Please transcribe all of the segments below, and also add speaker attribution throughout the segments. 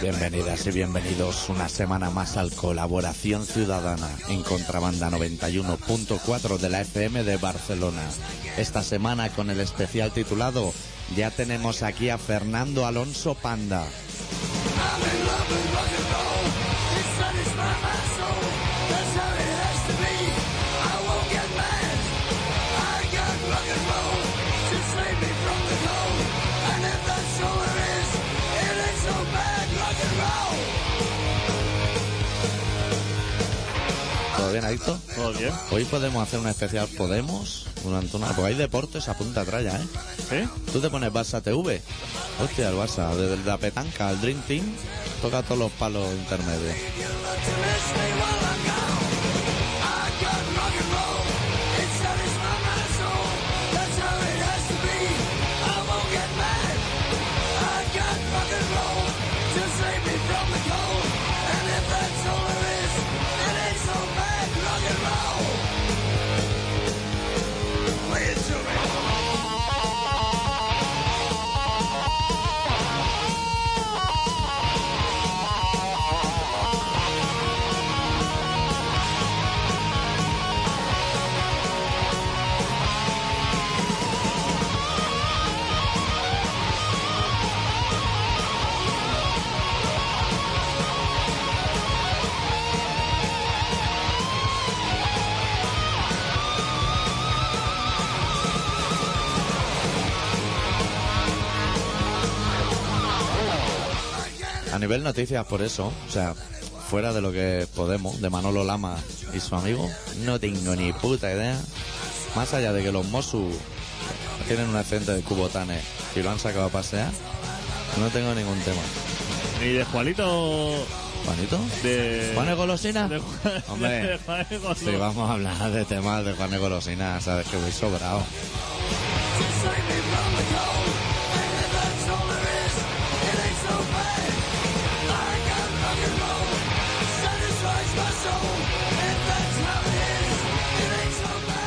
Speaker 1: Bienvenidas y bienvenidos una semana más al Colaboración Ciudadana en Contrabanda 91.4 de la FM de Barcelona. Esta semana con el especial titulado Ya tenemos aquí a Fernando Alonso Panda. ¿Todo bien, Adicto?
Speaker 2: ¿Todo bien?
Speaker 1: Hoy podemos hacer un especial Podemos durante una... Porque hay deportes a punta tralla, ¿eh?
Speaker 2: ¿Sí?
Speaker 1: Tú te pones Barça TV. Hostia, el Barça, desde la petanca al Dream Team, toca todos los palos intermedios. A nivel noticias, por eso, o sea, fuera de lo que podemos, de Manolo Lama y su amigo, no tengo ni puta idea. Más allá de que los Mosu tienen un accidente de cubotanes y lo han sacado a pasear, no tengo ningún tema.
Speaker 2: ¿Y de Juanito?
Speaker 1: ¿Juanito?
Speaker 2: De...
Speaker 1: ¿Juan de Golosina?
Speaker 2: de Eh, Juan-
Speaker 1: Hombre.
Speaker 2: de Juan de Gol-
Speaker 1: Sí, vamos a hablar de temas de Juan de Golosina, sabes que voy sobrado.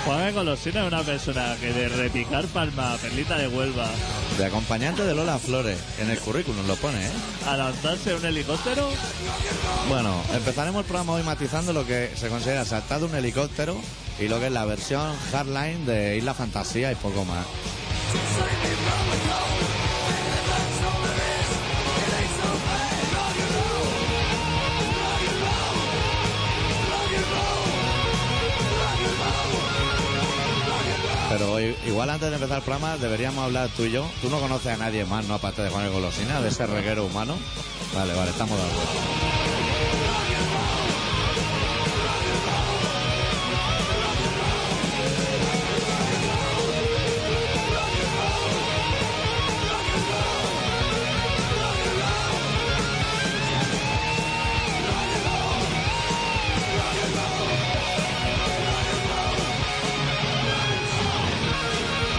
Speaker 2: Juan de Golosina es una persona que de repicar palma, perlita de Huelva,
Speaker 1: De acompañante de Lola Flores, que en el currículum lo pone, ¿eh?
Speaker 2: a lanzarse un helicóptero,
Speaker 1: Bueno, empezaremos el programa hoy matizando lo que se considera saltar de un helicóptero y lo que es la versión hardline de Isla Fantasía y poco más. Pero hoy, igual antes de empezar el programa deberíamos hablar tú y yo. Tú no conoces a nadie más, ¿no? Aparte de Juan el Golosina, de ese reguero humano. Vale, vale, estamos de acuerdo.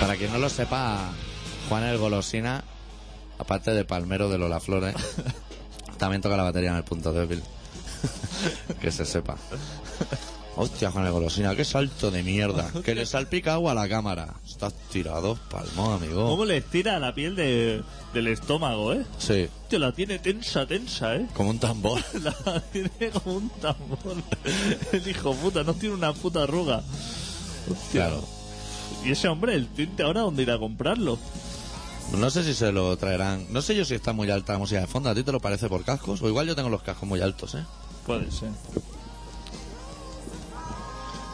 Speaker 1: Para quien no lo sepa, Juan el Golosina, aparte de palmero de Lola Flores, también toca la batería en el punto débil. que se sepa. Hostia, Juan el Golosina, qué salto de mierda. Que le salpica agua a la cámara. Estás tirado, palmo, amigo.
Speaker 2: ¿cómo les tira la piel de- del estómago, eh?
Speaker 1: Sí,
Speaker 2: Te la tiene tensa, tensa, eh.
Speaker 1: como un tambor.
Speaker 2: La tiene como un tambor. El hijo puta, no tiene una puta arruga. Hostia.
Speaker 1: Claro.
Speaker 2: Y ese hombre, el tinte ahora, ¿dónde irá a comprarlo?
Speaker 1: No sé si se lo traerán. No sé yo si está muy alta la música de fondo. ¿A ti te lo parece por cascos? O igual yo tengo los cascos muy altos, ¿eh?
Speaker 2: Puede ser.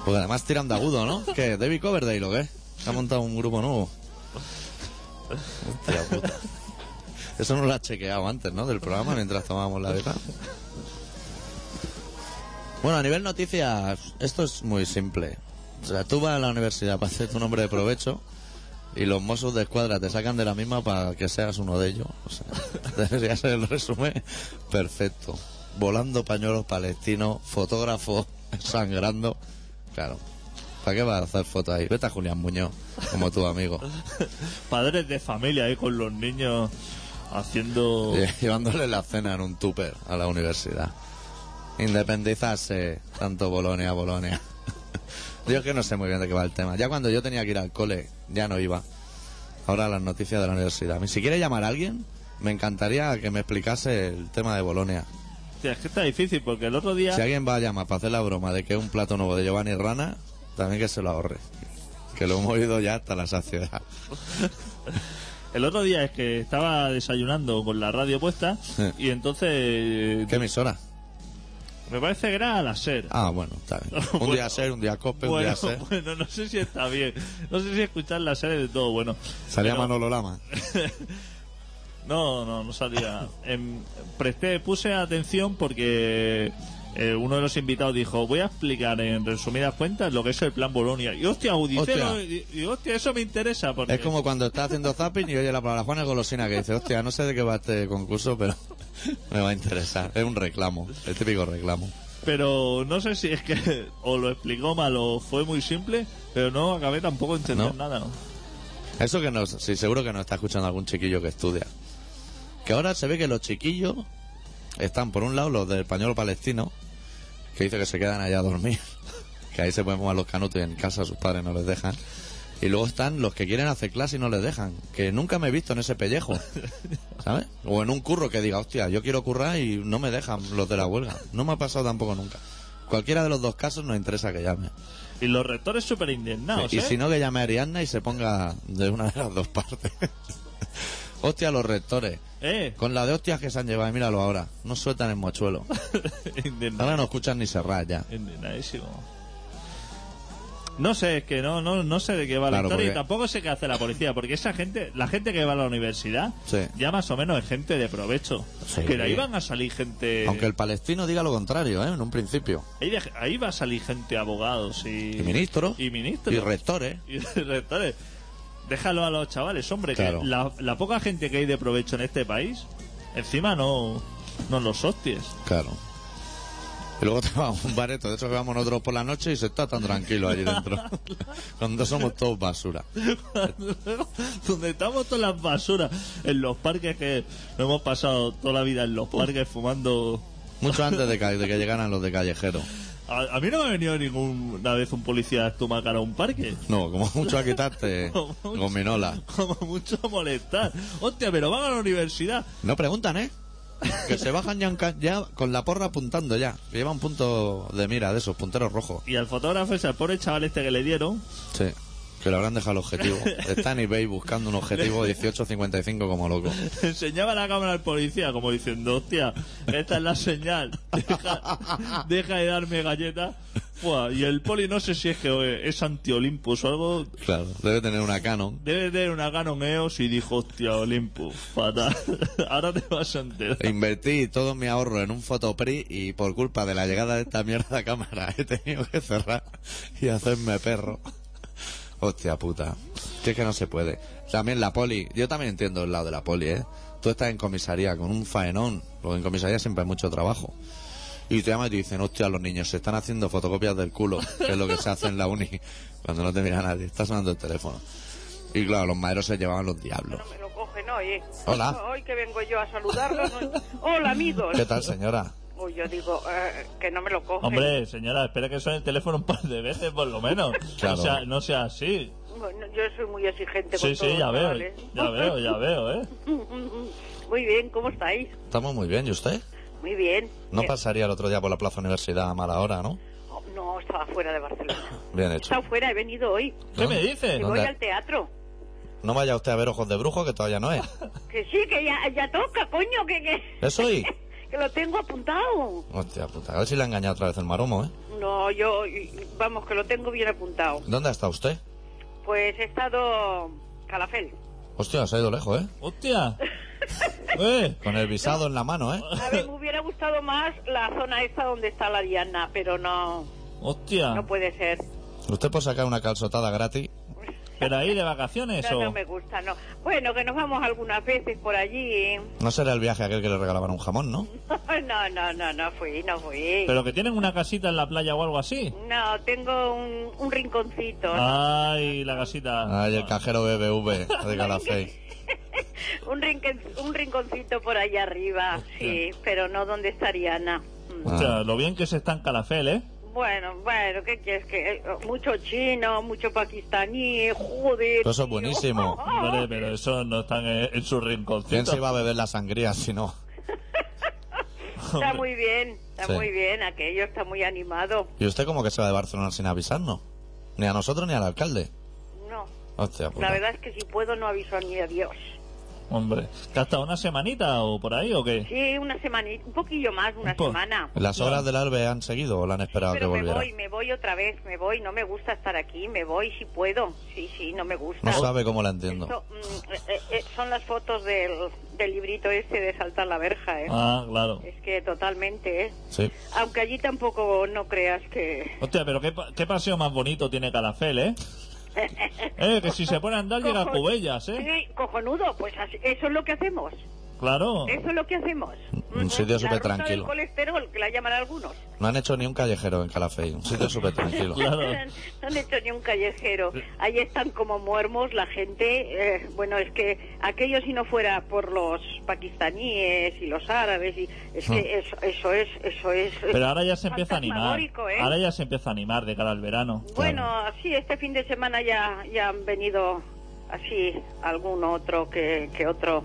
Speaker 1: Porque además tiran de agudo, ¿no? ¿Qué? ¿David Coverdale o qué? Se ha montado un grupo nuevo. Hostia puta. Eso no lo has chequeado antes, ¿no? Del programa mientras tomábamos la beta. Bueno, a nivel noticias, esto es muy simple. O sea, tú vas a la universidad para hacer tu nombre de provecho y los mozos de escuadra te sacan de la misma para que seas uno de ellos. O sea, debería ser el resumen perfecto. Volando pañuelos palestinos, fotógrafo sangrando. Claro. ¿Para qué vas a hacer fotos ahí? Vete a Julián Muñoz, como tu amigo.
Speaker 2: Padres de familia ahí con los niños haciendo...
Speaker 1: Lle- Llevándole la cena en un tupper a la universidad. Independizarse, tanto Bolonia, Bolonia. Yo es que no sé muy bien de qué va el tema. Ya cuando yo tenía que ir al cole, ya no iba. Ahora las noticias de la universidad. Si quiere llamar a alguien Me encantaría que me explicase el tema de Bolonia.
Speaker 2: Hostia, es que está difícil porque el otro día.
Speaker 1: Si alguien va a llamar para hacer la broma de que es un plato nuevo de Giovanni Rana, también que se lo ahorre. Que lo hemos oído ya hasta la saciedad.
Speaker 2: El otro día es que estaba desayunando con la radio puesta y entonces.
Speaker 1: ¿Qué emisora?
Speaker 2: Me parece que era a la SER.
Speaker 1: Ah, bueno, está bien. Un
Speaker 2: Bueno.
Speaker 1: día ser, un día cope, un
Speaker 2: bueno,
Speaker 1: día ser.
Speaker 2: bueno, no sé si está bien. No sé si escuchar la serie de todo bueno.
Speaker 1: Salía
Speaker 2: Pero-
Speaker 1: Manolo Lama.
Speaker 2: No, no, no salía. Em, presté, puse atención porque eh, uno de los invitados dijo, voy a explicar en resumidas cuentas lo que es el plan Bolonia. Y hostia, Audicero,
Speaker 1: Hostia.
Speaker 2: Y, y, hostia, eso me interesa. Porque,
Speaker 1: Es como cuando estás haciendo zapping y oye la palabra Juana Golosina que dice, hostia, no sé de qué va este concurso, pero me va a interesar. Es un reclamo, el típico reclamo.
Speaker 2: Pero no sé si es que o lo explicó mal o fue muy simple, pero no acabé tampoco de entender
Speaker 1: No.
Speaker 2: nada.
Speaker 1: Eso que nos, sí, seguro que nos está escuchando algún chiquillo que estudia. Que ahora se ve que los chiquillos están, por un lado, los del español palestino, que dice que se quedan allá a dormir, que ahí se pueden fumar los canutos y en casa sus padres no les dejan. Y luego están los que quieren hacer clase y no les dejan, que nunca me he visto en ese pellejo, ¿sabes? O en un curro que diga, hostia, yo quiero currar y no me dejan los de la huelga. No me ha pasado tampoco nunca. Cualquiera de los dos casos nos interesa que llame.
Speaker 2: Y los rectores súper indignados,
Speaker 1: Y
Speaker 2: ¿eh?
Speaker 1: si no, que llame a Ariadna y se ponga de una de las dos partes. Hostia, los rectores.
Speaker 2: Eh,
Speaker 1: Con la de hostias que se han llevado, y míralo ahora. No sueltan el mochuelo.
Speaker 2: indignado.
Speaker 1: Ahora no escuchan ni se ya.
Speaker 2: Indignadísimo. No sé, es que no, no, no sé de qué va la
Speaker 1: Claro,
Speaker 2: historia y
Speaker 1: porque-
Speaker 2: tampoco sé qué hace la policía, porque esa gente, la gente que va a la universidad,
Speaker 1: Sí.
Speaker 2: ya más o menos es gente de provecho.
Speaker 1: Sí.
Speaker 2: Que de ahí van a salir gente.
Speaker 1: Aunque el palestino diga lo contrario, ¿eh? En un principio.
Speaker 2: ahí, de- ahí va a salir gente abogados y.
Speaker 1: Y ministros.
Speaker 2: Y ministros.
Speaker 1: Y rectores.
Speaker 2: y rectores. Déjalo a los chavales, hombre,
Speaker 1: Claro.
Speaker 2: que la, la poca gente que hay de provecho en este país, encima no, no los hostias.
Speaker 1: Claro. Y luego te vas a un bareto de esos que vamos nosotros por la noche y se está tan tranquilo allí dentro. Cuando somos todos basura.
Speaker 2: donde estamos todas las basuras en los parques que nos hemos pasado toda la vida en los parques fumando
Speaker 1: Mucho antes de que, de que llegaran los de callejero.
Speaker 2: a, a mí no me ha venido ninguna vez un policía a estomacar a un parque
Speaker 1: No, como mucho a quitarte
Speaker 2: Como mucho.
Speaker 1: gominola.
Speaker 2: como mucho a molestar hostia pero van a la universidad
Speaker 1: No preguntan, ¿eh? Que se bajan ya, en ca- ya con la porra apuntando ya. Llevan punto de mira de esos, punteros rojos.
Speaker 2: y al fotógrafo ese al pobre chaval este que le dieron
Speaker 1: Sí. Que le habrán dejado el objetivo. Está en eBay buscando un objetivo 1855 como loco.
Speaker 2: enseñaba la cámara al policía como diciendo hostia esta es la señal deja, deja de darme galletas Buah, y el poli no sé si es que eh, es anti Olympus o algo
Speaker 1: Claro. Debe tener una Canon.
Speaker 2: Debe tener una Canon EOS y dijo, hostia, Olympus, fatal. Ahora te vas a enterar.
Speaker 1: Invertí todo mi ahorro en un Photopri y por culpa de la llegada de esta mierda de cámara he tenido que cerrar y hacerme perro. Hostia puta. Si es que no se puede. También la poli. Yo también entiendo el lado de la poli, ¿eh? Tú estás en comisaría con un faenón, porque en comisaría siempre hay mucho trabajo. Y te llaman y te dicen, hostia, los niños se están haciendo fotocopias del culo, que es lo que se hace en la uni, cuando no te mira nadie. Está sonando el teléfono. Y claro, los maeros se llevaban los diablos.
Speaker 3: No me lo cogen hoy, ¿eh?
Speaker 1: Hola.
Speaker 3: Hoy que vengo yo a saludarlos. ¿no? Hola, amigos.
Speaker 1: ¿Qué tal, señora?
Speaker 3: Uy, yo digo eh, que no me lo cogen.
Speaker 2: Hombre, señora, espera que suene el teléfono un par de veces, por lo menos.
Speaker 1: Claro.
Speaker 2: O sea, no sea así.
Speaker 3: Bueno, yo soy muy exigente
Speaker 2: Sí,
Speaker 3: con
Speaker 2: sí,
Speaker 3: todos,
Speaker 2: ya veo.
Speaker 3: chavales.
Speaker 2: Ya veo, ya veo, ¿eh?
Speaker 3: Muy bien, ¿cómo estáis?
Speaker 1: Estamos muy bien, ¿y usted?
Speaker 3: Muy bien.
Speaker 1: No
Speaker 3: Eh,
Speaker 1: pasaría el otro día por la Plaza Universidad a mala hora, ¿no?
Speaker 3: oh, no, estaba fuera de Barcelona.
Speaker 1: Bien
Speaker 3: He
Speaker 1: hecho.
Speaker 3: estado fuera, he venido hoy.
Speaker 2: ¿Qué me dice?
Speaker 3: Que
Speaker 1: No,
Speaker 3: voy
Speaker 1: la-
Speaker 3: al teatro.
Speaker 1: No vaya usted a ver Ojos de Brujo, que todavía no es.
Speaker 3: Que sí, que ya, ya toca, coño, que, que,
Speaker 1: ¿Eso y?
Speaker 3: que lo tengo apuntado.
Speaker 1: Hostia puta, a ver si le ha engañado otra vez el maromo, ¿eh?
Speaker 3: No, yo, y- vamos, que lo tengo bien apuntado.
Speaker 1: ¿Dónde está usted?
Speaker 3: Pues he estado... Calafel.
Speaker 1: Hostia, se ha ido lejos, ¿eh?
Speaker 2: Hostia. Eh,
Speaker 1: Con el visado en la mano, ¿eh?
Speaker 3: A ver, me hubiera gustado más la zona esta donde está la Diana, pero no,
Speaker 2: hostia.
Speaker 1: Ah.
Speaker 3: no puede ser.
Speaker 1: Usted puede sacar una calzotada gratis.
Speaker 2: ¿Pero ahí de vacaciones
Speaker 3: No,
Speaker 2: o...?
Speaker 3: no me gusta, no. Bueno, que nos vamos algunas veces por allí. ¿eh?
Speaker 1: No será el viaje aquel que le regalaban un jamón, ¿no?
Speaker 3: No, no, no, no fui, no fui.
Speaker 2: ¿Pero que tienen una casita en la playa o algo así?
Speaker 3: No, tengo un, un rinconcito.
Speaker 1: Ah.
Speaker 2: Ay, la casita.
Speaker 1: Ay, el cajero BBV de Calafell.
Speaker 3: Un, rinquen- un rinconcito por allá arriba, sí, pero no donde está Ariana. Mm.
Speaker 1: Ah,
Speaker 2: Hostia, lo bien que se está en Calafel, ¿eh?
Speaker 3: Bueno, bueno, ¿qué quieres? Que, eh, mucho chino, mucho pakistaní, joder.
Speaker 1: Pero eso es
Speaker 3: tío.
Speaker 1: buenísimo.
Speaker 2: Hombre, pero eso no están en, en su
Speaker 1: ¿Quién se
Speaker 2: rinconcito.
Speaker 1: iba a beber la sangría si no?
Speaker 3: Está muy bien, está
Speaker 1: Sí.
Speaker 3: muy bien, aquello está muy animado.
Speaker 1: ¿Y usted como que se va de Barcelona sin avisarnos? Ni a nosotros ni al alcalde.
Speaker 3: No,
Speaker 1: Hostia,
Speaker 3: la
Speaker 1: puta.
Speaker 3: verdad es que si puedo no aviso ni a Dios.
Speaker 2: Hombre, ¿que hasta una semanita o por ahí o qué?
Speaker 3: Sí, una semanita, un poquillo más, una
Speaker 1: Pues,
Speaker 2: Un po-
Speaker 3: semana.
Speaker 1: ¿Las horas del Albe han seguido o la han esperado que
Speaker 3: Pero me
Speaker 1: volviera?
Speaker 3: voy, me voy otra vez, me voy, no me gusta estar aquí, me voy si puedo. Sí, sí, no me gusta.
Speaker 1: No sabe cómo la entiendo.
Speaker 3: Esto, mm, eh, eh, eh, son las fotos del, del librito este de Saltar la Verja, ¿eh?
Speaker 2: Ah, claro.
Speaker 3: Es que totalmente, ¿eh?
Speaker 1: Sí.
Speaker 3: Aunque allí tampoco no creas que...
Speaker 2: Hostia, pero qué, pa- qué paseo más bonito tiene Calafel, ¿eh? Eh, que si se pone a andar llega a
Speaker 3: Cojo-
Speaker 2: Cubellas, ¿eh?
Speaker 3: Sí, cojonudo, pues así- eso es lo que hacemos.
Speaker 2: Claro.
Speaker 3: Eso es lo que hacemos.
Speaker 1: Ah. Un
Speaker 3: Ujú.
Speaker 1: sitio súper
Speaker 3: La ruta
Speaker 1: tranquilo.
Speaker 3: del colesterol, que la llaman algunos.
Speaker 1: No han hecho ni un callejero en Calafell. Un sitio súper tranquilo.
Speaker 2: Claro.
Speaker 3: No han hecho ni un callejero. Ahí están como muermos la gente. eh, bueno, es que aquello si no fuera por los pakistaníes y los árabes, y, es que eso, eso es, eso es.
Speaker 2: Ah. Pero ahora ya se empieza a animar.
Speaker 3: fantasmagórico, ¿eh?
Speaker 2: Ahora ya se empieza a animar de cara al verano.
Speaker 3: Bueno,
Speaker 2: ah.
Speaker 3: sí, este fin de semana ya, ya han venido así algún otro que, que otro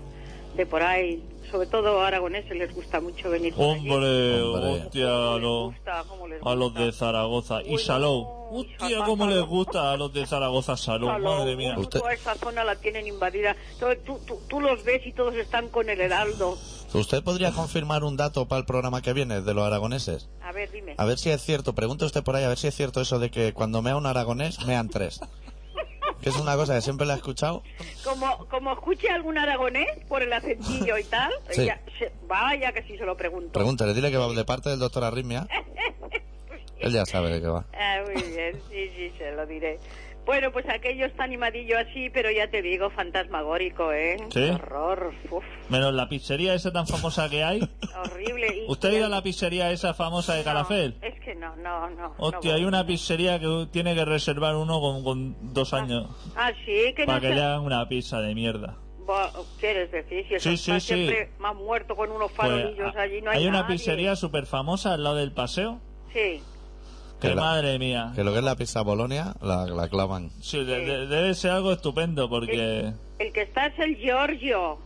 Speaker 3: de por ahí. Sobre todo a aragoneses les gusta mucho venir. por allí.
Speaker 2: Hombre,
Speaker 1: Hombre.
Speaker 2: hostia, a los,
Speaker 3: gusta, cómo les
Speaker 2: a los
Speaker 3: gusta.
Speaker 2: de Zaragoza. Y
Speaker 3: Uy,
Speaker 2: Salou.
Speaker 3: no,
Speaker 2: Hostia,
Speaker 3: Salou.
Speaker 2: cómo les gusta a los de Zaragoza Salou.
Speaker 3: Salou,
Speaker 2: Madre mía.
Speaker 3: uy,
Speaker 1: Usted-
Speaker 3: Toda esa zona la tienen invadida. Todo- Tú, tú- tú los ves y todos están con el heraldo.
Speaker 1: ¿Usted podría confirmar un dato para el programa que viene de los aragoneses?
Speaker 3: A ver, dime.
Speaker 1: A ver si es cierto. Pregunte usted por ahí a ver si es cierto eso de que cuando mea un aragonés, mean tres. Que es una cosa que siempre la he escuchado.
Speaker 3: Como, como escuche algún aragonés por el acentillo y tal,
Speaker 1: Sí.
Speaker 3: ya se- vaya que sí se lo pregunto.
Speaker 1: Pregúntale, dile que va de parte del doctor Arritmia. Él ya sabe de qué va.
Speaker 3: Ah, muy bien, sí, sí, se lo diré. Bueno, pues aquello está animadillo así, pero ya te digo, fantasmagórico, ¿eh?
Speaker 2: Sí.
Speaker 3: Qué Horror, uf,
Speaker 2: Menos la pizzería esa tan famosa que hay.
Speaker 3: horrible. Y-
Speaker 2: ¿Usted ha ido a la pizzería esa famosa de
Speaker 3: No,
Speaker 2: Calafel?
Speaker 3: es que no, no, no.
Speaker 2: Hostia,
Speaker 3: no
Speaker 2: hay
Speaker 3: voy.
Speaker 2: una pizzería que tiene que reservar uno con, con dos años
Speaker 3: Ah, sí, que
Speaker 2: para
Speaker 3: no
Speaker 2: que
Speaker 3: se-
Speaker 2: le hagan una pizza de mierda.
Speaker 3: Bo- ¿Quieres decir? Si
Speaker 2: Sí,
Speaker 3: eso
Speaker 2: sí,
Speaker 3: está
Speaker 2: sí.
Speaker 3: siempre más muerto con unos
Speaker 2: Pues,
Speaker 3: farolillos
Speaker 2: a-
Speaker 3: allí, no hay
Speaker 2: una
Speaker 3: nadie.
Speaker 2: pizzería súper famosa al lado del paseo.
Speaker 3: Sí,
Speaker 1: Que
Speaker 2: Que
Speaker 1: la-
Speaker 2: madre mía.
Speaker 1: Que lo que es la pizza Bolonia, la, la clavan.
Speaker 2: Sí, de- de- debe ser algo estupendo porque...
Speaker 3: el que está es el Giorgio,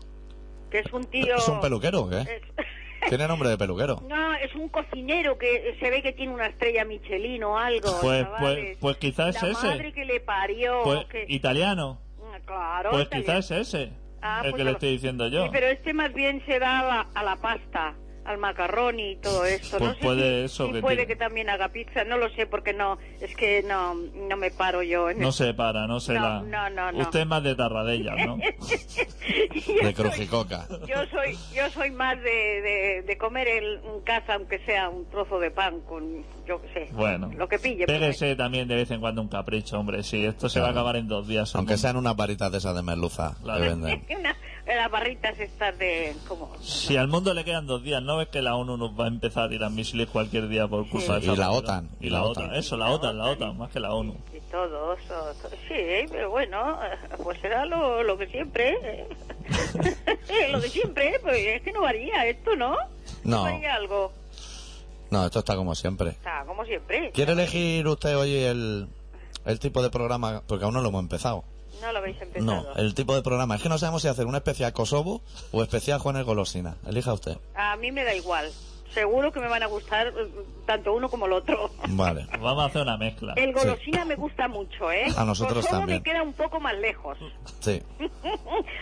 Speaker 3: que es un tío... Eh.
Speaker 1: Es un peluquero, ¿qué?
Speaker 3: es-
Speaker 1: Tiene nombre de peluquero.
Speaker 3: No, es un cocinero que se ve que tiene una estrella Michelin o algo.
Speaker 2: Pues,
Speaker 3: chavales.
Speaker 2: pues, pues quizás
Speaker 3: La
Speaker 2: es
Speaker 3: madre
Speaker 2: ese.
Speaker 3: que le parió.
Speaker 2: Pues,
Speaker 3: que- ah,
Speaker 2: italiano.
Speaker 3: Claro.
Speaker 2: Pues
Speaker 3: está
Speaker 2: quizás es ese.
Speaker 3: Ah,
Speaker 2: el
Speaker 3: pues
Speaker 2: que
Speaker 3: a
Speaker 2: le
Speaker 3: lo-
Speaker 2: estoy diciendo
Speaker 3: bien.
Speaker 2: yo.
Speaker 3: Sí, pero este más bien se da a la, a la pasta, al macarrón y todo esto.
Speaker 2: Pues
Speaker 3: no sé
Speaker 2: puede
Speaker 3: si-
Speaker 2: eso
Speaker 3: si
Speaker 2: que
Speaker 3: puede
Speaker 2: tiene.
Speaker 3: que también haga pizza, no lo sé porque no, es que no, no me paro yo en
Speaker 2: No
Speaker 3: eso.
Speaker 2: se para, no se
Speaker 3: No,
Speaker 2: la...
Speaker 3: no, no, no.
Speaker 2: Usted es más de Tarradella, ¿no?
Speaker 3: Yo
Speaker 1: De
Speaker 3: soy-
Speaker 1: Crujicoca.
Speaker 3: Yo soy, yo soy más de, de, de comer el- en casa, aunque sea un trozo de pan con, yo qué sé,
Speaker 2: Bueno.
Speaker 3: lo que pille. pues por ahí.
Speaker 2: Pégese también de vez en cuando un capricho, hombre. Sí, esto se va a
Speaker 1: Claro.
Speaker 2: acabar en dos días.
Speaker 1: Aunque sean unas varitas de esas de merluza que
Speaker 2: Claro.
Speaker 1: venden.
Speaker 3: Una- las barritas estas de, como,
Speaker 2: Si al mundo le quedan dos días, ¿no ves que la ONU nos va a empezar a tirar misiles cualquier día por culpa de
Speaker 1: Y
Speaker 2: esa
Speaker 1: la
Speaker 2: movida?
Speaker 1: OTAN,
Speaker 2: Y la OTAN. Eso, la OTAN, la OTAN,
Speaker 3: y-
Speaker 2: más que la ONU.
Speaker 3: y todo eso, to- sí, pero bueno, eh, pues será lo, lo que siempre, ¿eh? lo que siempre, pues es que no varía esto, ¿no?
Speaker 1: No.
Speaker 3: varía algo,
Speaker 1: No, esto está como siempre.
Speaker 3: o sea, como siempre,
Speaker 1: ¿Quiere elegir usted hoy el, el tipo de programa? Porque aún no lo hemos empezado.
Speaker 3: no lo habéis empezado.
Speaker 1: No, el tipo de programa. Es que no sabemos si hacer una especial Kosovo o especial Juan el Golosina. Elija usted.
Speaker 3: A mí me da igual, seguro que me van a gustar eh, tanto uno como el otro.
Speaker 1: Vale.
Speaker 2: Pues Vamos a hacer una mezcla.
Speaker 3: El golosina me gusta mucho, ¿eh?
Speaker 1: A nosotros
Speaker 3: Kosovo
Speaker 1: también.
Speaker 3: me queda un poco más lejos,
Speaker 1: Sí.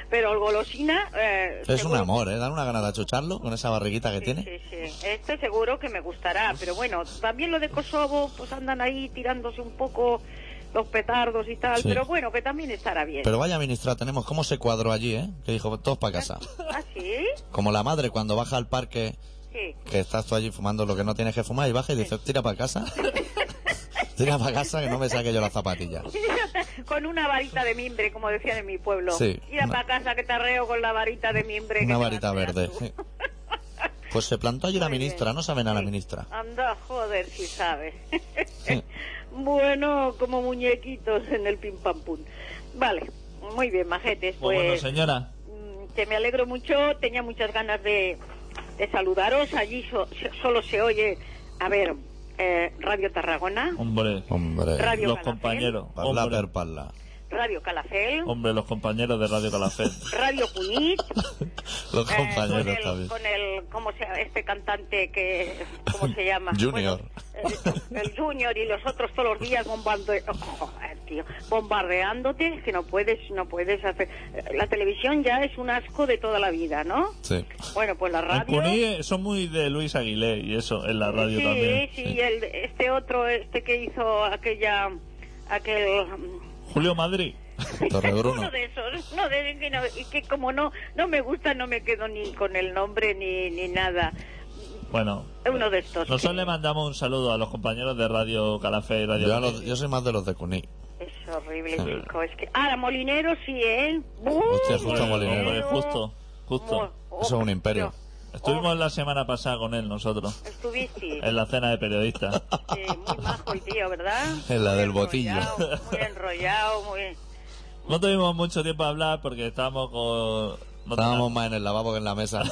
Speaker 3: pero el golosina... eh,
Speaker 1: Es un
Speaker 3: seguro-
Speaker 1: amor, ¿eh? Dan una gana de achucharlo con esa barriguita que tiene.
Speaker 3: Sí, sí. Este seguro que me gustará, pero bueno, también lo de Kosovo, pues andan ahí tirándose un poco los petardos y tal,
Speaker 1: Sí.
Speaker 3: pero bueno, que también estará bien.
Speaker 1: Pero vaya ministra, tenemos cómo se cuadró allí, ¿eh? Que dijo, todos para casa.
Speaker 3: ¿Ah, sí?
Speaker 1: Como la madre cuando baja al parque,
Speaker 3: Sí.
Speaker 1: que estás tú allí fumando lo que no tienes que fumar, y baja y dice, tira para casa. tira para casa que no me saque yo las zapatillas.
Speaker 3: Con una varita de mimbre, como decían en mi pueblo.
Speaker 1: Sí,
Speaker 3: Mira
Speaker 1: una-
Speaker 3: para casa que te arreo con la varita de mimbre. que
Speaker 1: Una
Speaker 3: te
Speaker 1: varita
Speaker 3: vas a
Speaker 1: verde.
Speaker 3: tú.
Speaker 1: sí. Pues se plantó allí la
Speaker 3: Muy bien.
Speaker 1: ministra, no saben a la
Speaker 3: Sí.
Speaker 1: ministra.
Speaker 3: Anda, joder, si sabe. bueno, como muñequitos en el pim pam pum. Vale, muy bien, majetes.
Speaker 2: Pues
Speaker 3: Pues,
Speaker 2: bueno, señora.
Speaker 3: Mm, que me alegro mucho, tenía muchas ganas de, de saludaros, allí so- so- solo se oye, a ver, eh, Radio Tarragona,
Speaker 2: Hombre,
Speaker 1: Hombre.
Speaker 3: Radio
Speaker 2: los
Speaker 3: Calafell.
Speaker 2: compañeros.
Speaker 1: Parla
Speaker 2: Hombre,
Speaker 1: per parla.
Speaker 3: Radio Calafel,
Speaker 2: hombre, los compañeros de Radio Calafell.
Speaker 3: Radio Cunit,
Speaker 1: Los
Speaker 3: eh,
Speaker 1: compañeros
Speaker 3: con el,
Speaker 1: también.
Speaker 3: Con el, ¿cómo se este cantante que, cómo se llama?
Speaker 1: Junior.
Speaker 3: Bueno, el, el Junior y los otros todos los días bombarde- joder, tío, bombardeándote, que no puedes, no puedes hacer. La televisión ya es un asco de toda la vida, ¿no?
Speaker 1: Sí.
Speaker 3: Bueno, pues la
Speaker 2: En
Speaker 3: radio.
Speaker 2: Cuní eh, son muy de Luis Aguilé y eso, en la radio
Speaker 3: sí,
Speaker 2: también.
Speaker 3: Sí, y el, este otro, este que hizo aquella, aquel...
Speaker 2: Julio Madrid.
Speaker 1: Torrebruno.
Speaker 3: Uno de esos, no, de, que no- y que como no, no me gusta, no me quedo ni con el nombre ni, ni nada.
Speaker 2: Bueno,
Speaker 3: Uno de estos.
Speaker 2: nosotros le mandamos un saludo a los compañeros de Radio Calafé y Radio
Speaker 1: Yo, a
Speaker 2: Cuní.
Speaker 1: los- yo soy más de los de Cuní.
Speaker 3: Es horrible, chico. Es que... Ah, la Molinero sí, ¿eh? ¡Bú!
Speaker 1: Hostia,
Speaker 2: Hombre,
Speaker 1: justo Molinero. ¿eh?
Speaker 2: hombre, justo,
Speaker 3: Mo-
Speaker 2: justo.
Speaker 3: oh,
Speaker 1: Eso es un imperio.
Speaker 2: Estuvimos la semana pasada con él nosotros,
Speaker 3: Estuviste.
Speaker 2: en la cena de periodistas.
Speaker 3: Sí, muy majo el tío, ¿verdad?
Speaker 1: En la
Speaker 3: Muy
Speaker 1: del botillo.
Speaker 3: enrollado, Muy enrollado, muy...
Speaker 2: No tuvimos mucho tiempo a hablar porque estábamos con... no
Speaker 1: Estábamos más en el lavabo que en la mesa.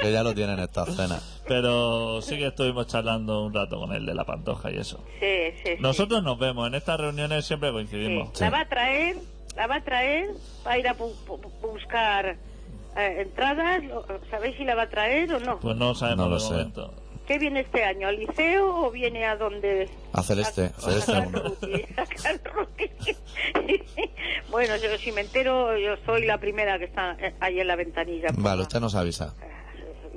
Speaker 1: que ya lo tienen esta cena.
Speaker 2: Pero sí que estuvimos charlando un rato con él de la pantoja y eso.
Speaker 3: Sí, sí, sí.
Speaker 2: Nosotros nos vemos, en estas reuniones siempre
Speaker 3: Sí.
Speaker 2: coincidimos.
Speaker 3: La va a traer, la va a traer para ir a bu- bu- bu- buscar eh, entradas. ¿Lo- ¿Sabéis si la va a traer o no?
Speaker 2: Pues no sabemos
Speaker 1: No lo
Speaker 2: de
Speaker 1: sé.
Speaker 2: momento.
Speaker 3: ¿Qué viene este año? ¿Al liceo o viene a donde?
Speaker 1: A Celeste,
Speaker 3: A-
Speaker 1: a Celeste
Speaker 3: a
Speaker 1: uno.
Speaker 3: Carruti, a Carruti. bueno, yo, si me entero, yo soy la primera que está eh, ahí en la ventanilla.
Speaker 1: Vale, usted nos avisa.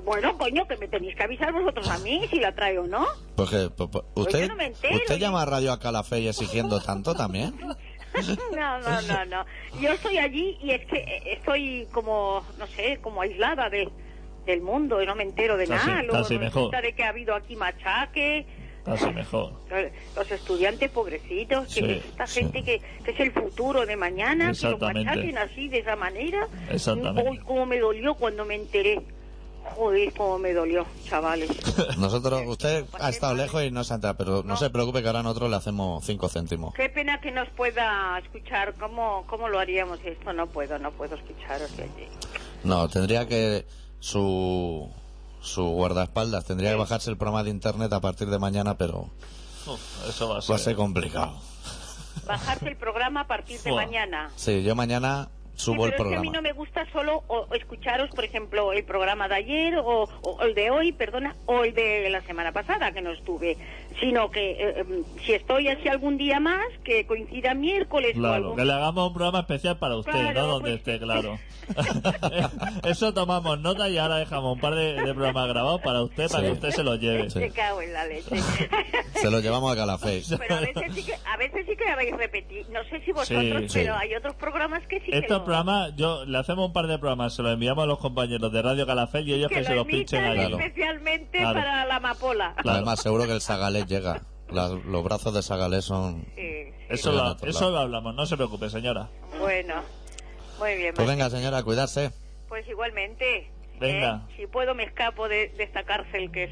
Speaker 3: Bueno, coño, que me tenéis que avisar vosotros a mí si la trae o no.
Speaker 1: Porque pues, pues, usted,
Speaker 3: yo no me entero,
Speaker 1: usted
Speaker 3: yo-
Speaker 1: llama a Radio a Calafé y exigiendo tanto también.
Speaker 3: No, no, no, no. Yo estoy allí y es que eh, estoy como, no sé, como aislada de, del mundo y no me entero de
Speaker 2: Casi,
Speaker 3: nada. Luego
Speaker 2: casi
Speaker 3: resulta
Speaker 2: mejor.
Speaker 3: de que ha habido aquí machaque.
Speaker 2: Casi mejor.
Speaker 3: Los estudiantes pobrecitos, que
Speaker 2: Sí,
Speaker 3: es esta
Speaker 1: sí.
Speaker 3: gente que, que es el futuro de mañana, que los
Speaker 2: Exactamente.
Speaker 3: machaquen así de esa manera.
Speaker 2: Exactamente.
Speaker 3: Uy, cómo me dolió cuando me enteré. Joder, cómo me dolió, chavales.
Speaker 1: Nosotros, usted ha estado lejos y no se ha enterado, pero no
Speaker 3: Pues No.
Speaker 1: se preocupe que ahora nosotros le hacemos cinco céntimos.
Speaker 3: Qué pena que nos pueda escuchar. ¿Cómo, cómo lo haríamos esto? No puedo, no puedo escucharos de allí.
Speaker 1: No, tendría que su su guardaespaldas tendría que bajarse el programa de internet a partir de mañana, pero
Speaker 2: Uf, eso va
Speaker 1: va
Speaker 2: a
Speaker 1: a
Speaker 2: ser.
Speaker 1: ser complicado.
Speaker 3: bajarse el programa a partir de
Speaker 2: Fua.
Speaker 3: mañana.
Speaker 1: Sí, yo mañana
Speaker 3: Sí,
Speaker 1: subo el
Speaker 3: pero es que a mí
Speaker 1: programa.
Speaker 3: no me gusta solo o- o escucharos, por ejemplo, el programa de ayer o, o el de hoy, perdona, o el de la semana pasada que no estuve, sino que eh, em, si estoy así algún día más, que coincida miércoles o
Speaker 2: Claro,
Speaker 3: algo.
Speaker 2: que le hagamos un programa especial para usted,
Speaker 3: Claro,
Speaker 2: no donde
Speaker 3: pues-
Speaker 2: esté, claro. Eso tomamos nota y ahora dejamos un par de, de programas grabados para usted, para
Speaker 1: Sí.
Speaker 2: que usted se los lleve.
Speaker 1: Sí.
Speaker 3: Me cago en la leche.
Speaker 1: Se lo llevamos a Calafé.
Speaker 3: pero a veces sí que, a veces sí que habéis repetido. No sé si vosotros,
Speaker 1: Sí,
Speaker 3: pero
Speaker 1: sí.
Speaker 3: hay otros programas que sí que
Speaker 2: Estos
Speaker 3: lo-
Speaker 2: programas, yo le hacemos un par de programas, se los enviamos a los compañeros de Radio Calafel y ellos que,
Speaker 3: que
Speaker 2: se
Speaker 3: lo
Speaker 2: los pinchen
Speaker 3: imitan
Speaker 2: ahí.
Speaker 1: Claro.
Speaker 3: especialmente
Speaker 2: Claro.
Speaker 3: para la amapola.
Speaker 2: Claro.
Speaker 1: Además, seguro que el Sagalés llega. La- los brazos de Sagalés son...
Speaker 3: Sí, sí.
Speaker 2: Eso,
Speaker 1: Sí,
Speaker 2: lo,
Speaker 1: otro
Speaker 2: eso
Speaker 1: lado.
Speaker 2: lo hablamos, no se preocupe, señora.
Speaker 3: Bueno, muy bien.
Speaker 1: Pues venga, señora, a cuidarse.
Speaker 3: Pues igualmente.
Speaker 2: Venga.
Speaker 3: ¿eh? Si puedo, me escapo de, de esta cárcel que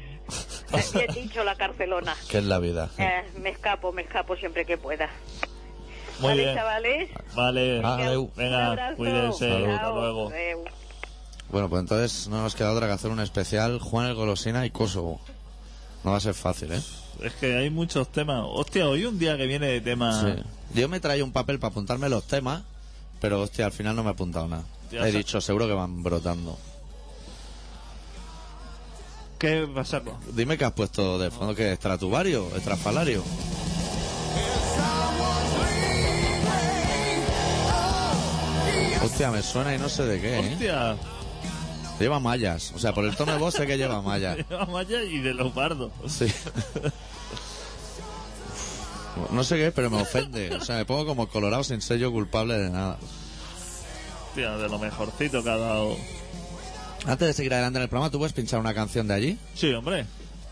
Speaker 3: es. he dicho la carcelona.
Speaker 1: Que es la vida.
Speaker 3: Eh, me escapo, me escapo siempre que pueda.
Speaker 2: Muy
Speaker 3: ¿Vale,
Speaker 2: bien.
Speaker 3: chavales?
Speaker 2: Vale.
Speaker 1: Ah, adeu.
Speaker 3: Un
Speaker 2: Venga,
Speaker 3: abrazo.
Speaker 2: cuídense.
Speaker 1: Salud.
Speaker 2: Hasta
Speaker 3: Chao.
Speaker 2: luego.
Speaker 3: Adeu.
Speaker 1: Bueno, pues entonces no nos queda otra que hacer un especial Juan el Golosina y Kosovo. No va a ser fácil, ¿eh?
Speaker 2: Es que hay muchos temas. Hostia, hoy un día que viene de temas.
Speaker 1: Sí. Yo me traía un papel para apuntarme los temas, pero hostia, al final no me he apuntado nada.
Speaker 2: Ya
Speaker 1: he
Speaker 2: sa-
Speaker 1: dicho, seguro que van brotando.
Speaker 2: ¿Qué pasa? con-
Speaker 1: Dime que has puesto de fondo que Estratubario, Estrafalario. Hostia, me suena y no sé de qué, ¿eh?
Speaker 2: Hostia,
Speaker 1: Lleva mallas. O sea, por el tono de voz sé que lleva mallas.
Speaker 2: llevamos allá y de Leopardo.
Speaker 1: Sí. No sé qué es, pero me ofende. O sea, me pongo como colorado sin ser yo culpable de nada.
Speaker 2: Hostia, de lo mejorcito que ha dado.
Speaker 1: Antes de seguir adelante en el programa, ¿tú puedes pinchar una canción de allí?
Speaker 2: Sí, hombre.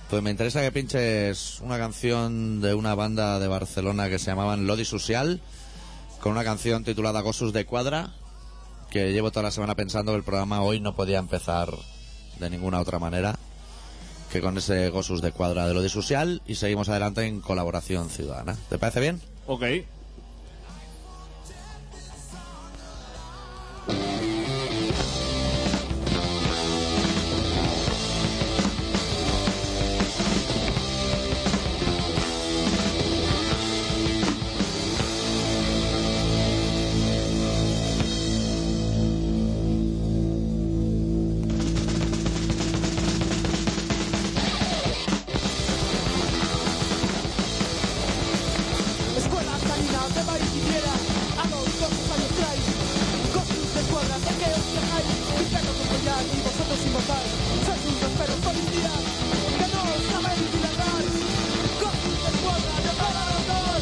Speaker 1: Pues me interesa que pinches una canción de una banda de Barcelona que se llamaban Lodi Social, con una canción titulada Gosus de Cuadra, que llevo toda la semana pensando que el programa hoy no podía empezar de ninguna otra manera que con ese Gosus de Cuadra de Lodi Social y seguimos adelante en colaboración ciudadana. ¿Te parece bien?
Speaker 2: Ok.
Speaker 4: soportar. Soy un rompero policía que no sabe dilatar. Cosas de escuadra que para los dos.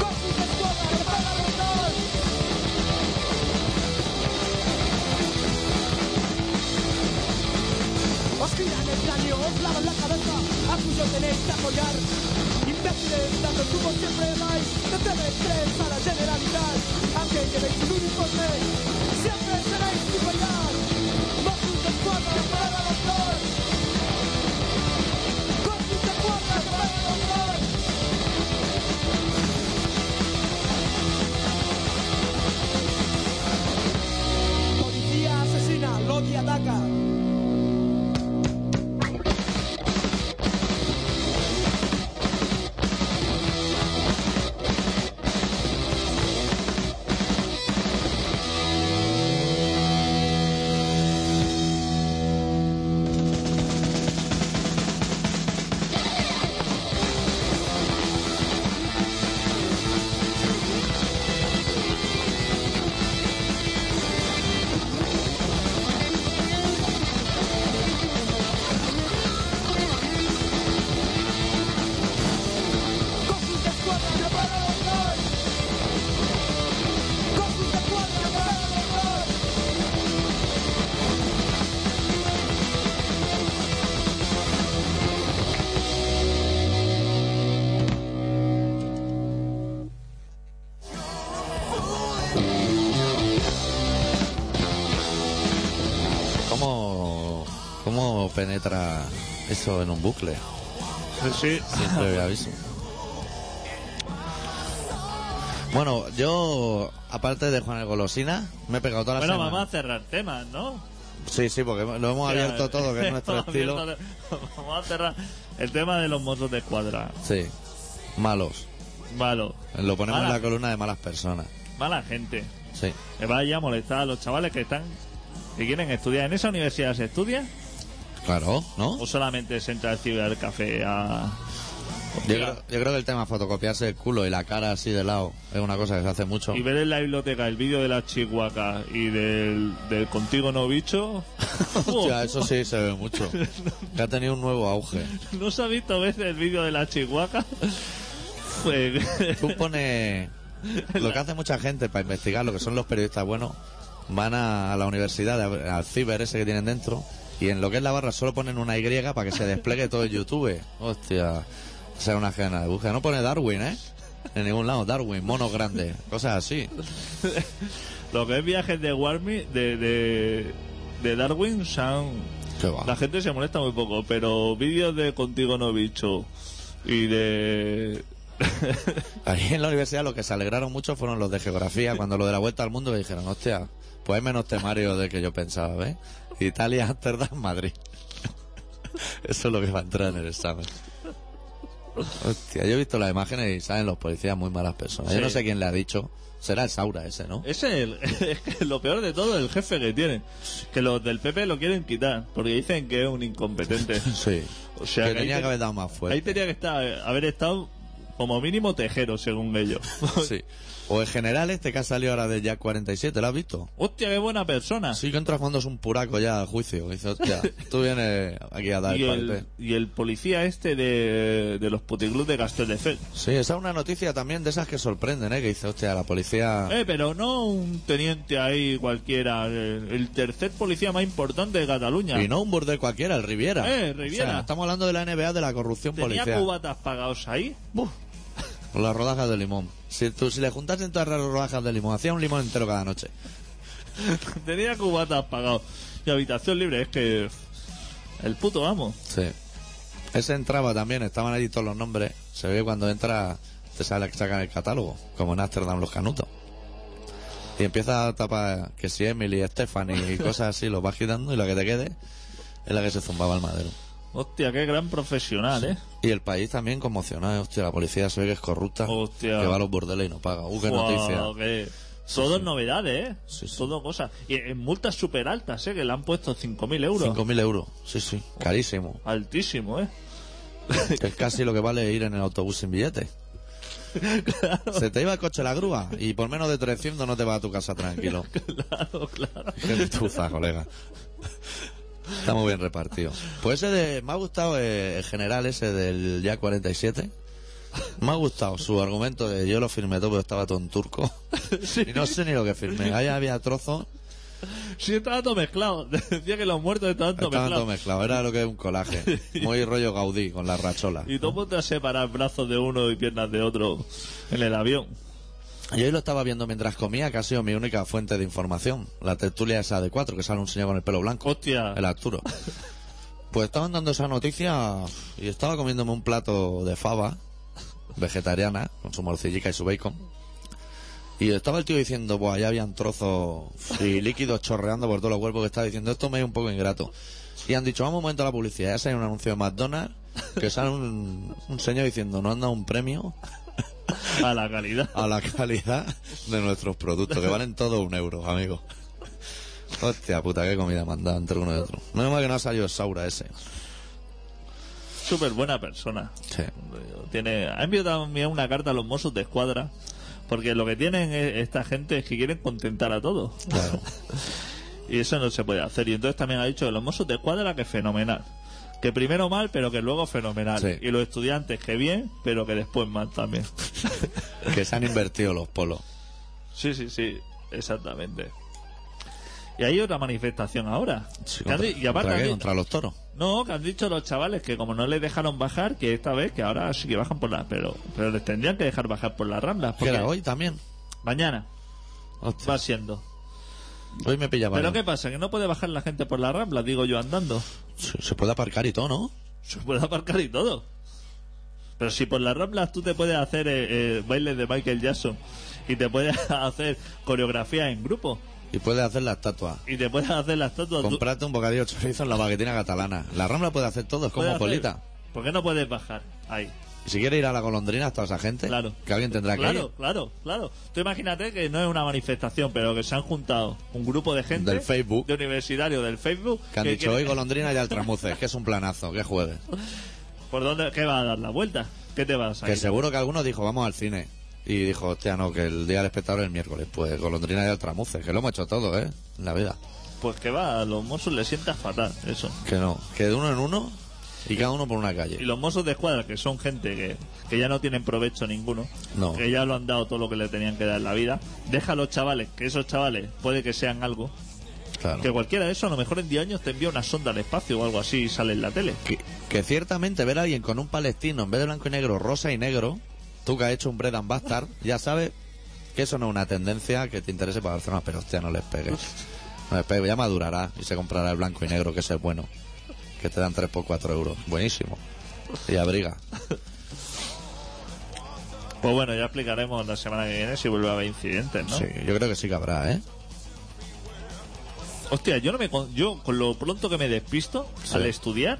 Speaker 4: Cosas de escuadra que para los dos. Os giran el cráneo, os lavan la cabeza, a cuyo tenéis que apoyar. Imbéciles, tanto como siempre vais, de TV3 a la generalidad. Aunque llevéis un uniforme, siempre seréis superior. Mocus de cuerda para la doctor. Mocus de cuerda para la doctor. Policía asesina, Lodi ataca. Cossus de escuadra que para los dos. Cossus de escuadra que para los dos.
Speaker 1: ¿Cómo, ¿Cómo penetra eso en un bucle?
Speaker 2: Sí.
Speaker 1: Sin previo aviso. Bueno, yo, aparte de Juan el Golosina, me he pegado toda la
Speaker 2: Bueno,
Speaker 1: semana.
Speaker 2: vamos a cerrar temas, ¿no?
Speaker 1: Sí, sí, porque lo hemos abierto todo, que es nuestro
Speaker 2: Hemos
Speaker 1: estilo.
Speaker 2: abierto- Vamos a cerrar el tema de los mozos de escuadra.
Speaker 1: Sí, malos.
Speaker 2: Malo.
Speaker 1: Lo ponemos en
Speaker 2: Mala-
Speaker 1: la columna de malas personas.
Speaker 2: Mala gente.
Speaker 1: Sí.
Speaker 2: Que vaya a molestar a los chavales que están... Que quieren estudiar. ¿En esa universidad se estudia?
Speaker 1: Claro, ¿no?
Speaker 2: ¿O solamente se entra al ciber del café a...?
Speaker 1: Yo creo, yo creo que el tema fotocopiarse el culo y la cara así de lado es una cosa que se hace mucho.
Speaker 2: Y ver en la biblioteca el vídeo de las chihuacas y del, del contigo no bicho... Oh.
Speaker 1: Hostia, eso sí se ve mucho. Que ha tenido un nuevo auge.
Speaker 2: ¿No se ha visto a veces el vídeo de la chihuahua? Pues,
Speaker 1: Tú pones lo que hace mucha gente para investigar, lo que son los periodistas buenos, van a, a la universidad, a- al ciber ese que tienen dentro, y en lo que es la barra solo ponen una Y para que se despliegue todo el YouTube. Hostia, esa es una gena de búsqueda. No pone Darwin, ¿eh? En ningún lado, Darwin, mono grande, cosas así.
Speaker 2: lo que es viajes de Warmi, de, de, de Darwin, Sound.
Speaker 1: Qué va.
Speaker 2: La gente se molesta muy poco, pero vídeos de Contigo no bicho y de...
Speaker 1: Ahí en la universidad lo que se alegraron mucho fueron los de geografía, cuando lo de la vuelta al mundo que dijeron, hostia, pues hay menos temario de que yo pensaba, ¿ves? Italia, Amsterdam, Madrid. Eso es lo que va a entrar en el examen. Hostia, yo he visto las imágenes y salen los policías muy malas personas. Yo
Speaker 2: Sí. Eh,
Speaker 1: no sé quién le ha dicho. Será el Saura ese, ¿no?
Speaker 2: Ese es, el- es que lo peor de todo, el jefe que tiene. Que los del PP lo quieren quitar, porque dicen que es un incompetente.
Speaker 1: Sí.
Speaker 2: O sea,
Speaker 1: que
Speaker 2: que ahí
Speaker 1: tenía
Speaker 2: te-
Speaker 1: que haber dado más
Speaker 2: Ahí
Speaker 1: fuerte.
Speaker 2: tenía que estar, haber estado como mínimo tejero, según ellos.
Speaker 1: Sí. O el general este que ha salido ahora de Jack 47, ¿lo has visto?
Speaker 2: Hostia, qué buena persona.
Speaker 1: Sí que entra fondo es un puraco ya a juicio. Dice, hostia, tú vienes aquí a dar
Speaker 2: y,
Speaker 1: el
Speaker 2: el,
Speaker 1: parte.
Speaker 2: y el policía este de, de los puticlubs de Castelldefels.
Speaker 1: Sí, esa es una noticia también de esas que sorprenden, ¿eh? Que dice, hostia, la policía...
Speaker 2: Eh, pero no un teniente ahí cualquiera, el, el tercer policía más importante de Cataluña.
Speaker 1: Y no un burdel cualquiera, el Riviera.
Speaker 2: Eh, Riviera.
Speaker 1: O sea, estamos hablando de la NBA, de la corrupción
Speaker 2: Tenía
Speaker 1: policial.
Speaker 2: cubatas pagados ahí.
Speaker 1: Buf. Con las rodajas de limón. Si, tú, si le juntasen todas las rodajas de limón, hacía un limón entero cada noche.
Speaker 2: Tenía cubatas pagados. Y habitación libre, es que. El puto amo.
Speaker 1: Sí. Ese entraba también, estaban allí todos los nombres. Se ve cuando entra, te sale, sacan el catálogo, como en Amsterdam los canutos. Y empieza a tapar que si Emily, Stephanie y cosas así, los vas quitando y la que te quede es la que se zumbaba al madero.
Speaker 2: Hostia, qué gran profesional, eh.
Speaker 1: Y el país también conmocionado. Hostia, la policía se ve que es corrupta.
Speaker 2: Hostia.
Speaker 1: Que va a los burdeles y no paga. Uh, qué
Speaker 2: Guau,
Speaker 1: noticia.
Speaker 2: qué- Todo novedades, ¿eh?
Speaker 1: Sí, sí.
Speaker 2: Todo cosas. Y en multas súper altas, ¿eh? Que le han puesto 5.000 euros.
Speaker 1: 5.000 euros. Sí, sí. Carísimo.
Speaker 2: Altísimo, ¿eh?
Speaker 1: Que es casi lo que vale ir en el autobús sin billete. Se te iba el coche a la grúa y por menos de 300 no te vas a tu casa tranquilo.
Speaker 2: Claro, claro.
Speaker 1: Qué tuza, colega. Está muy bien repartido. Pues ese de, me ha gustado eh, el general ese del Ya 47. Me ha gustado su argumento de yo lo firmé todo, pero estaba todo en turco. Y no sé ni lo que firmé. Ahí había trozos,
Speaker 2: Sí, estaba todo mezclado. Decía que los muertos estaban todo
Speaker 1: estaban todo
Speaker 2: mezclados.
Speaker 1: mezclado. Era lo que es un colaje. Muy rollo Gaudí con la rachola.
Speaker 2: Y todo ponte a separar brazos de uno y piernas de otro en el avión.
Speaker 1: Yo hoy lo estaba viendo mientras comía, que ha sido mi única fuente de información. La tertulia esa de cuatro, que sale un señor con el pelo blanco.
Speaker 2: Hostia.
Speaker 1: El Arturo. Pues estaban dando esa noticia y estaba comiéndome un plato de fava vegetariana con su morcillica y su bacon. Y estaba el tío diciendo, pues allá habían trozos y líquidos chorreando por todos los cuerpos que estaba diciendo, esto me es un poco ingrato. Y han dicho, vamos un momento a la publicidad, ya sale un anuncio de McDonald's, que sale un, un señor diciendo, no han dado un premio
Speaker 2: A la calidad.
Speaker 1: a la calidad de nuestros productos, que valen todo un euro, amigo. Hostia puta, qué comida me han dado entre uno y otro. Menos mal que no ha salido el Saura ese.
Speaker 2: Súper buena persona.
Speaker 1: Sí.
Speaker 2: Tiene, ha enviado también una carta a los mozos de escuadra. Porque lo que tienen es- esta gente es que quieren contentar a todos.
Speaker 1: Claro.
Speaker 2: Y eso no se puede hacer. Y entonces también ha dicho que los mozos de escuadra que fenomenal. Que primero mal, pero que luego fenomenal.
Speaker 1: Sí.
Speaker 2: Y los estudiantes que bien, pero que después mal también.
Speaker 1: Que se han invertido los polos.
Speaker 2: Sí, sí, sí, exactamente. Y hay otra manifestación ahora. Que han
Speaker 1: contra,
Speaker 2: di- y aparte,
Speaker 1: ¿contra,
Speaker 2: han
Speaker 1: qué?
Speaker 2: di-
Speaker 1: Contra los toros.
Speaker 2: no, que han dicho los chavales que como no les dejaron bajar, que esta vez, que ahora sí que bajan por la... Pero, pero les tendrían que dejar bajar por las ramblas.
Speaker 1: Que
Speaker 2: porque
Speaker 1: era hoy también.
Speaker 2: Mañana
Speaker 1: Hostia,
Speaker 2: va siendo.
Speaker 1: Hoy me pillaba.
Speaker 2: Pero
Speaker 1: yo.
Speaker 2: ¿qué pasa? Que no puede bajar la gente por las ramblas, digo yo, andando.
Speaker 1: Se, se puede aparcar y todo, ¿no?
Speaker 2: Se puede aparcar y todo. Pero si por las ramblas tú te puedes hacer eh, eh, bailes de Michael Jackson y te puedes hacer coreografía en grupo
Speaker 1: Y puede hacer la estatua.
Speaker 2: y te puedes hacer las estatua tú-
Speaker 1: Comprate un bocadillo de chorizo en la baguetina catalana. La rambla puede hacer todo, es
Speaker 2: Puedes
Speaker 1: como
Speaker 2: hacer-
Speaker 1: polita.
Speaker 2: ¿Por qué no puedes bajar ahí?
Speaker 1: Y si quiere ir a la golondrina, toda esa gente,
Speaker 2: Claro.
Speaker 1: que alguien tendrá que
Speaker 2: Claro, claro, claro. Tú imagínate que no es una manifestación, pero que se han juntado un grupo de gente.
Speaker 1: Del Facebook.
Speaker 2: De universitarios del Facebook.
Speaker 1: ir. Que han dicho
Speaker 2: quiere-
Speaker 1: hoy golondrina y altramuces, que es un planazo, que jueves.
Speaker 2: ¿Por dónde qué va a dar la vuelta? ¿Qué te vas a
Speaker 1: Que
Speaker 2: ir?
Speaker 1: seguro que alguno dijo, vamos al cine. Y dijo, hostia, no, que el día del espectador es el miércoles. Pues golondrina y altramuces, que lo hemos hecho todo, ¿eh? En la vida.
Speaker 2: Pues que va, a los mozos le sienta fatal eso.
Speaker 1: Que no, que de uno en uno y cada uno por una
Speaker 2: Y
Speaker 1: calle.
Speaker 2: los mozos de escuadra, que son gente que, que ya no tienen provecho ninguno,
Speaker 1: No.
Speaker 2: que ya lo han dado todo lo que le tenían que dar en la vida, deja a los chavales, que esos chavales puede que sean algo,
Speaker 1: Claro.
Speaker 2: que cualquiera de esos a lo mejor en 10 años te envía una sonda al espacio o algo así y sale en la tele.
Speaker 1: Que, que ciertamente ver a alguien con un palestino en vez de blanco y negro, rosa y negro, tú que has hecho un Bread and Bastard, ya sabes que eso no es una tendencia que te interese para Barcelona, pero hostia, no les pegues. No les pegues, ya madurará y se comprará el blanco y negro, que ese es bueno. Que te dan 3 por 4 euros. Buenísimo. Y abriga.
Speaker 2: Pues bueno, ya explicaremos la semana que viene si vuelve a haber incidentes, ¿no?
Speaker 1: Sí, yo creo que sí que habrá, ¿eh?
Speaker 2: Hostia, yo no me con- yo con lo pronto que me despisto
Speaker 1: Sí.
Speaker 2: al estudiar,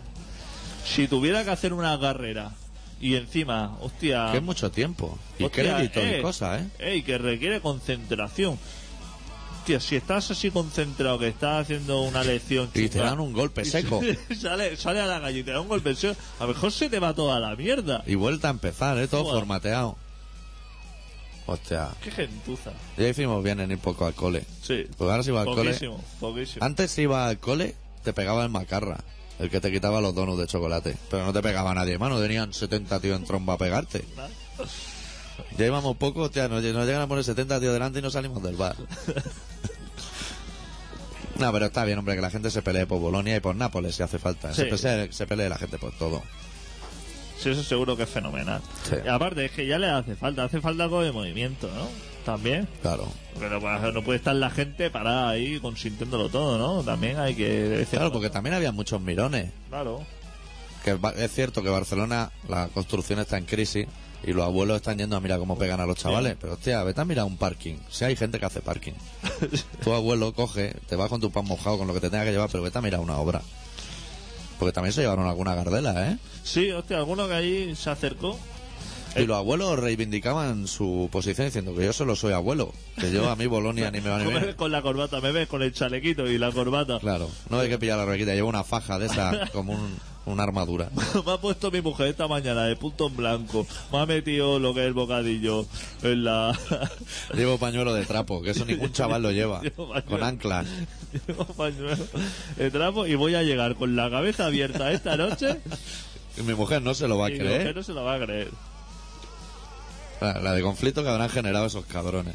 Speaker 2: si tuviera que hacer una carrera y encima, hostia,
Speaker 1: Que es mucho tiempo. Y
Speaker 2: hostia,
Speaker 1: crédito
Speaker 2: eh,
Speaker 1: y cosas, ¿eh?
Speaker 2: eh, y que requiere concentración. Hostia, si estás así concentrado que estás haciendo una lección
Speaker 1: Y te
Speaker 2: chunga,
Speaker 1: dan un golpe seco.
Speaker 2: sale, sale a la calle y te da un golpe seco, a lo mejor se te va toda la mierda.
Speaker 1: Y vuelta a empezar, ¿eh? Todo
Speaker 2: Buah.
Speaker 1: formateado. Hostia.
Speaker 2: Qué gentuza.
Speaker 1: Ya hicimos bien en ir poco al cole.
Speaker 2: Sí.
Speaker 1: Pues ahora si va al cole.
Speaker 2: Poquísimo, poquísimo.
Speaker 1: Antes si iba al cole, te pegaba el macarra. El que te quitaba los donuts de chocolate. Pero no te pegaba nadie, mano. Tenían 70 tíos en tromba a pegarte. Ya íbamos poco, hostia, nos, nos llegan a poner 70 tíos delante y no salimos del bar. No, pero está bien, hombre, que la gente se pelee por Bolonia y por Nápoles si hace falta.
Speaker 2: Sí.
Speaker 1: Se, pese- se pelee la gente por todo.
Speaker 2: Sí, eso seguro que es fenomenal.
Speaker 1: Sí.
Speaker 2: Y aparte, es que ya le hace falta, hace falta algo de movimiento, ¿no? También.
Speaker 1: Claro.
Speaker 2: Pero pues, no puede estar la gente parada ahí consintiéndolo todo, ¿no? También hay que decir.
Speaker 1: Claro, porque también había muchos mirones.
Speaker 2: Claro.
Speaker 1: Que va- es cierto que Barcelona, la construcción está en crisis y los abuelos están yendo a mirar cómo pegan a los chavales. Pero hostia, vete a mirar un parking. Si hay gente que hace parking. tu abuelo coge, te vas con tu pan mojado, con lo que te tenga que llevar, pero vete a mirar una obra. Porque también se llevaron alguna gardela, ¿eh?
Speaker 2: Sí, hostia, alguno que ahí se acercó.
Speaker 1: Y los abuelos reivindicaban su posición diciendo que yo solo soy abuelo, que yo a mí Bolonia ni me va ni
Speaker 2: Tú me
Speaker 1: viene.
Speaker 2: ves con la corbata, me ves con el chalequito y la corbata.
Speaker 1: Claro, no hay que pillar la requita, lleva una faja de esa como un- una armadura.
Speaker 2: Me ha puesto mi mujer esta mañana de punto en blanco. Me ha metido lo que es el bocadillo en la.
Speaker 1: Llevo pañuelo de trapo, que eso ningún chaval lo lleva,
Speaker 2: Llevo pañuelo.
Speaker 1: con anclas.
Speaker 2: Llevo pañuelo de trapo y voy a llegar con la cabeza abierta esta noche
Speaker 1: Y mi mujer no se lo va a
Speaker 2: y mi mujer
Speaker 1: creer.
Speaker 2: no se lo va a creer.
Speaker 1: La, la de conflicto que habrán generado esos cabrones.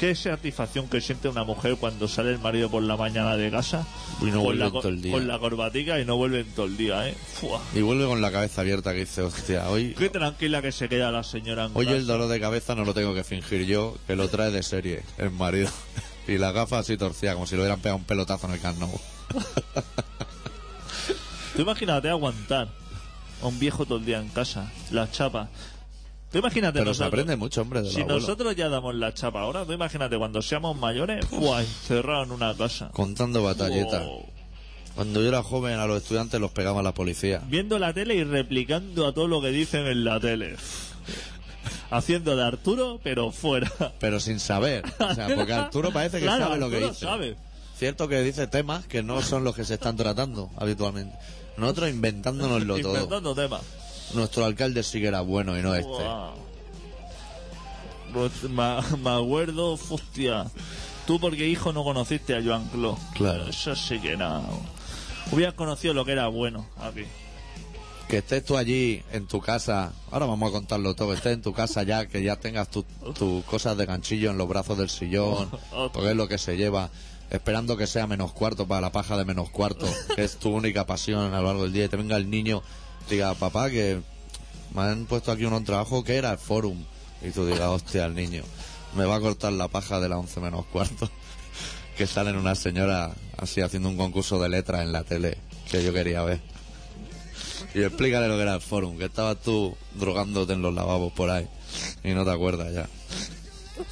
Speaker 2: Qué satisfacción que siente una mujer cuando sale el marido por la mañana de casa
Speaker 1: Y no
Speaker 2: con,
Speaker 1: vuelven
Speaker 2: la, co-
Speaker 1: todo el día.
Speaker 2: con la corbatica y no vuelven todo el día, ¿eh? Fua.
Speaker 1: Y vuelve con la cabeza abierta que dice, hostia, hoy,
Speaker 2: Qué tranquila que se queda la señora en
Speaker 1: hoy
Speaker 2: casa.
Speaker 1: el dolor de cabeza no lo tengo que fingir yo, que lo trae de serie, el marido. Y las gafas así torcidas, como si le hubieran pegado un pelotazo en el carnaval.
Speaker 2: Tú imagínate aguantar a un viejo todo el día en casa, la chapa. Tú imagínate
Speaker 1: Pero se
Speaker 2: nosotros-
Speaker 1: aprende mucho, hombre, de
Speaker 2: Si nosotros ya damos la chapa ahora, tú imagínate cuando seamos mayores, ¡buah! encerrado en una casa.
Speaker 1: Contando batalletas.
Speaker 2: Wow.
Speaker 1: Cuando yo era joven a los estudiantes los pegaba la policía.
Speaker 2: Viendo la tele y replicando a todo lo que dicen en la tele. Haciendo de Arturo, pero fuera.
Speaker 1: Pero sin saber. O sea, porque Arturo parece que
Speaker 2: Claro,
Speaker 1: sabe lo que
Speaker 2: Arturo
Speaker 1: dice.
Speaker 2: sabe.
Speaker 1: Cierto que dice temas que no son los que se están tratando habitualmente. Nosotros inventándonoslo todo.
Speaker 2: Inventando temas.
Speaker 1: Nuestro alcalde sí que era bueno y no este.
Speaker 2: Buah. Pues, ma- Me acuerdo, hostia. Tú porque hijo no conociste a Joan Clos.
Speaker 1: Claro.
Speaker 2: Eso sí que era... Hubieras conocido lo que era bueno aquí.
Speaker 1: Que estés tú allí en tu casa, ahora vamos a contarlo todo, que estés en tu casa ya, que ya tengas tu- tus cosas de ganchillo en los brazos del sillón, porque es lo que se lleva, esperando que sea menos cuarto para la paja de menos cuarto, que es tu única pasión a lo largo del día, y te venga el niño, diga, papá, que me han puesto aquí un trabajo que era el forum, y tú digas, hostia, el niño, me va a cortar la paja de la once menos cuarto, que salen una señora así haciendo un concurso de letras en la tele, que yo quería ver. Y explícale lo que era el forum, que estabas tú drogándote en los lavabos por ahí y no te acuerdas ya.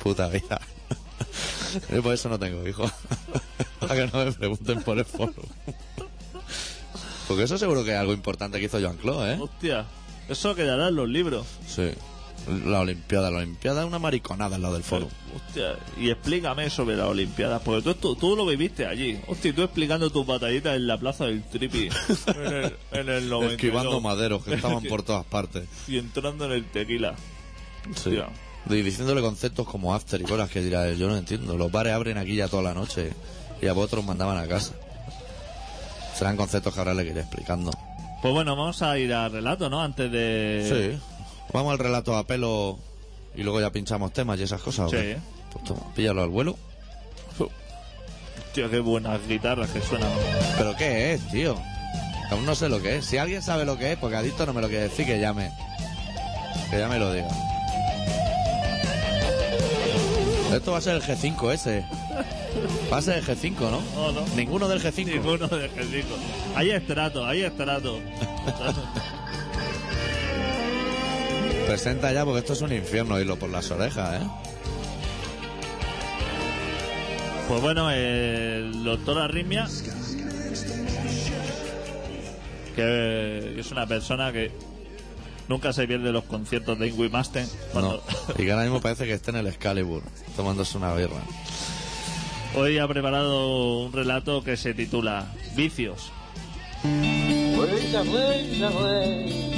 Speaker 1: Puta vida. Yo por eso no tengo hijos. Para que no me pregunten por el forum. Porque eso seguro que es algo importante que hizo Joan Claude, ¿eh?
Speaker 2: Hostia. Eso quedará en los libros.
Speaker 1: Sí. La Olimpiada, la Olimpiada es una mariconada en lo del forum.
Speaker 2: Hostia, y explícame sobre las Olimpiadas, porque tú, tú, tú lo viviste allí. Hostia, y tú explicando tus batallitas en la plaza del Tripi, en el, en el 92,
Speaker 1: Esquivando maderos que estaban por todas partes.
Speaker 2: y entrando en el tequila.
Speaker 1: Sí.
Speaker 2: Hostia.
Speaker 1: Y diciéndole conceptos como after y cosas que dirá, él, yo no entiendo. Los bares abren aquí ya toda la noche y a vosotros mandaban a casa. Serán conceptos que ahora le iré explicando.
Speaker 2: Pues bueno, vamos a ir al relato, ¿no? Antes de...
Speaker 1: Sí. Vamos al relato a pelo y luego ya pinchamos temas y esas cosas. ¿o qué?
Speaker 2: Sí.
Speaker 1: Pues toma, píllalo al vuelo.
Speaker 2: Hostia, qué buenas guitarras que suenan.
Speaker 1: ¿Pero qué es, tío? Aún no sé lo que es. Si alguien sabe lo que es, porque adicto no me lo quiere decir, que llame. Que ya me lo diga. Esto va a ser el G5S. Va a ser el G5, ¿no?
Speaker 2: No, no.
Speaker 1: Ninguno del G5.
Speaker 2: Ninguno de Jesús. Ahí estrato, ahí estrato.
Speaker 1: Presenta ya, porque esto es un infierno hilo por las orejas, ¿eh?
Speaker 2: Pues bueno, el doctor Arritmia, que es una persona que nunca se pierde los conciertos de Ingui Masten.
Speaker 1: No. Y que ahora mismo parece que está en el Excalibur, tomándose una birra.
Speaker 2: Hoy ha preparado un relato que se titula Vicios.
Speaker 5: Wait a wait a wait.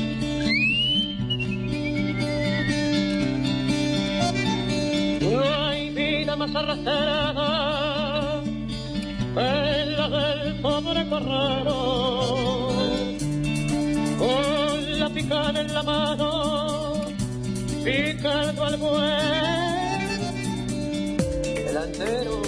Speaker 5: No hay vida más arrastrada en la del pobre correro. Con la picada en la mano, picando al buen delantero.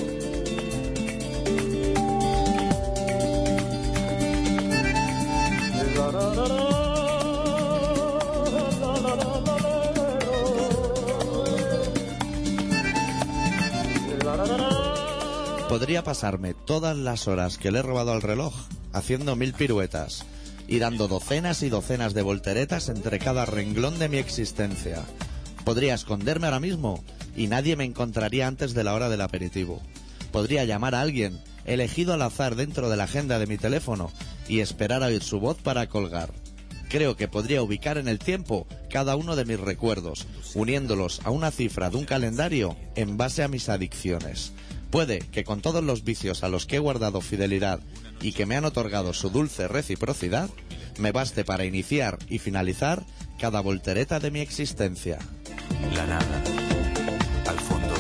Speaker 1: Podría pasarme todas las horas que le he robado al reloj haciendo mil piruetas y dando docenas y docenas de volteretas entre cada renglón de mi existencia. Podría esconderme ahora mismo y nadie me encontraría antes de la hora del aperitivo. Podría llamar a alguien, elegido al azar dentro de la agenda de mi teléfono, y esperar a oír su voz para colgar. creo que podría ubicar en el tiempo cada uno de mis recuerdos, uniéndolos a una cifra de un calendario en base a mis adicciones. Puede que con todos los vicios a los que he guardado fidelidad y que me han otorgado su dulce reciprocidad, me baste para iniciar y finalizar cada voltereta de mi existencia.
Speaker 6: La nada, al fondo,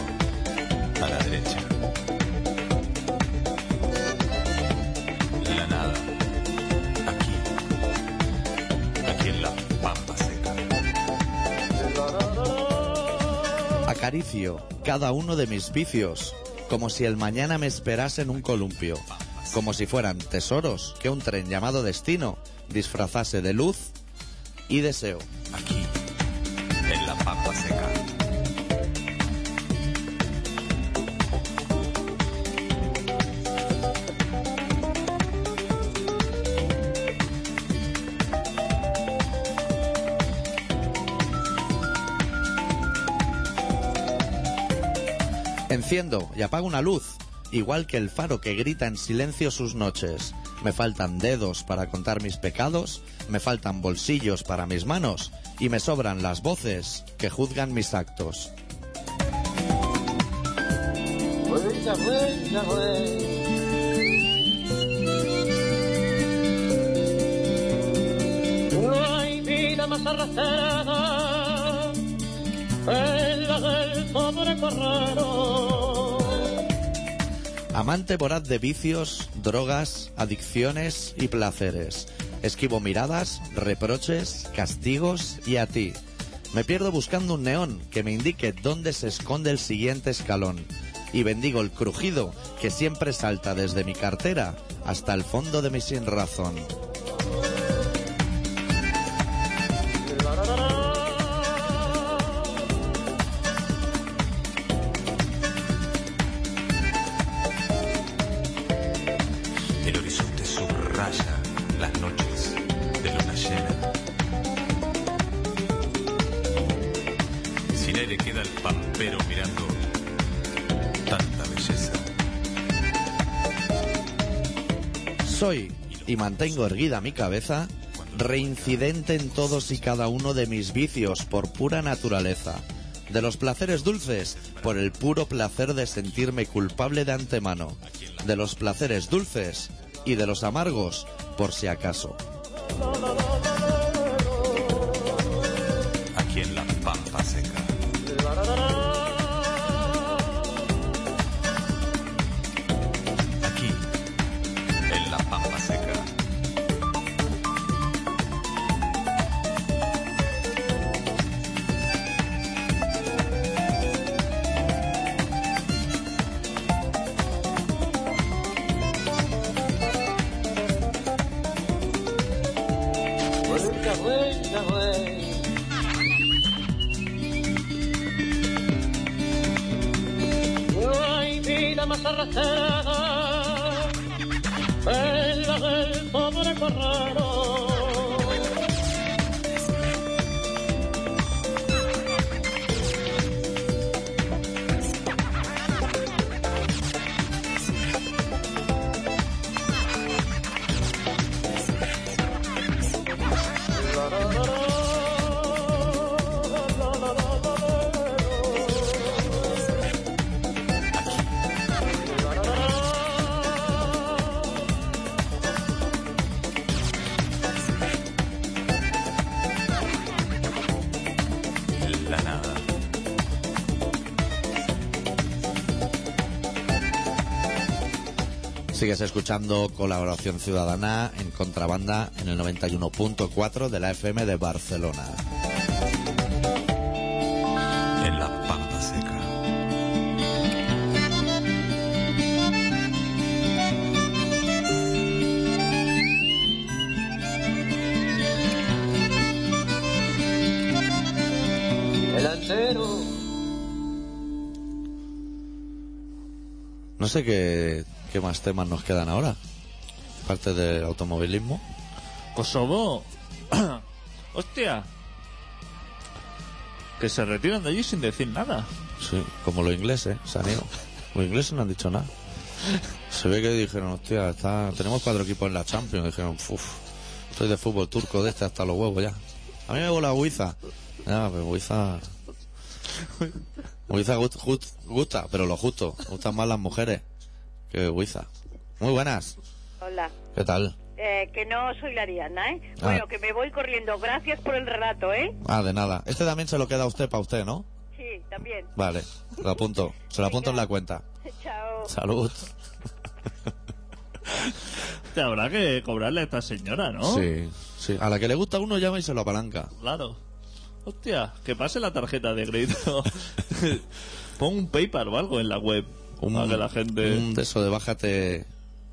Speaker 6: a la derecha. La nada, aquí, aquí en la pampa seca.
Speaker 1: Acaricio cada uno de mis vicios como si el mañana me esperase en un columpio, como si fueran tesoros que un tren llamado destino disfrazase de luz y deseo.
Speaker 6: Aquí, en la pampa seca.
Speaker 1: Enciendo y apago una luz, igual que el faro que grita en silencio sus noches. Me faltan dedos para contar mis pecados, me faltan bolsillos para mis manos y me sobran las voces que juzgan mis actos.
Speaker 5: Vuelta, vuelta, vuelta. No hay vida más arrastrada en la del pobre correro.
Speaker 1: Amante voraz de vicios, drogas, adicciones y placeres. Esquivo miradas, reproches, castigos y a ti. Me pierdo buscando un neón que me indique dónde se esconde el siguiente escalón. Y bendigo el crujido que siempre salta desde mi cartera hasta el fondo de mi sinrazón.
Speaker 6: El horizonte subraya las noches de luna llena. Sin aire queda el pampero mirando tanta belleza.
Speaker 1: Soy, y mantengo erguida mi cabeza, reincidente en todos y cada uno de mis vicios por pura naturaleza. De los placeres dulces, por el puro placer de sentirme culpable de antemano. De los placeres dulces y de los amargos, por si acaso.
Speaker 6: Aquí en la pampa seca. Aquí, en la pampa seca.
Speaker 5: Vuelta, vuelta, vuelta. No hay vida más arrastrada en la del pobre correro.
Speaker 6: La nada.
Speaker 1: Sigues escuchando Colaboración Ciudadana en contrabanda en el 91.4 de la FM de Barcelona.
Speaker 6: En la pampa seca.
Speaker 5: Delantero.
Speaker 1: No sé qué, qué más temas nos quedan ahora, aparte del automovilismo.
Speaker 2: Kosovo. Hostia. Que se retiran de allí sin decir nada.
Speaker 1: Sí, como los ingleses, ¿eh? se han ido. Los ingleses no han dicho nada. Se ve que dijeron, hostia, está- tenemos cuatro equipos en la Champions. Dijeron, uff, Soy de fútbol turco de este hasta los huevos ya. A mí me mola Huiza. Ya, pero Huiza. Huiza gust- just- gusta, pero lo justo. Gustan más las mujeres que Huiza. Muy buenas.
Speaker 3: Hola.
Speaker 1: ¿Qué tal?
Speaker 3: Eh, que no soy la Ariana, ¿eh?
Speaker 1: Ah.
Speaker 3: Bueno, que me voy corriendo. Gracias por el relato, ¿eh?
Speaker 1: Ah, de nada. Este también se lo queda a usted para usted, ¿no?
Speaker 3: Sí, también.
Speaker 1: Vale, lo apunto. Se lo apunto en la cuenta.
Speaker 3: Chao.
Speaker 1: Salud.
Speaker 2: Te habrá que cobrarle a esta señora, ¿no?
Speaker 1: Sí, sí. A la que le gusta uno llama y se lo apalanca.
Speaker 2: Claro. Hostia, que pase la tarjeta de crédito. Pon un PayPal o algo en la web. para Ah, que la gente.
Speaker 1: Un de eso de bájate.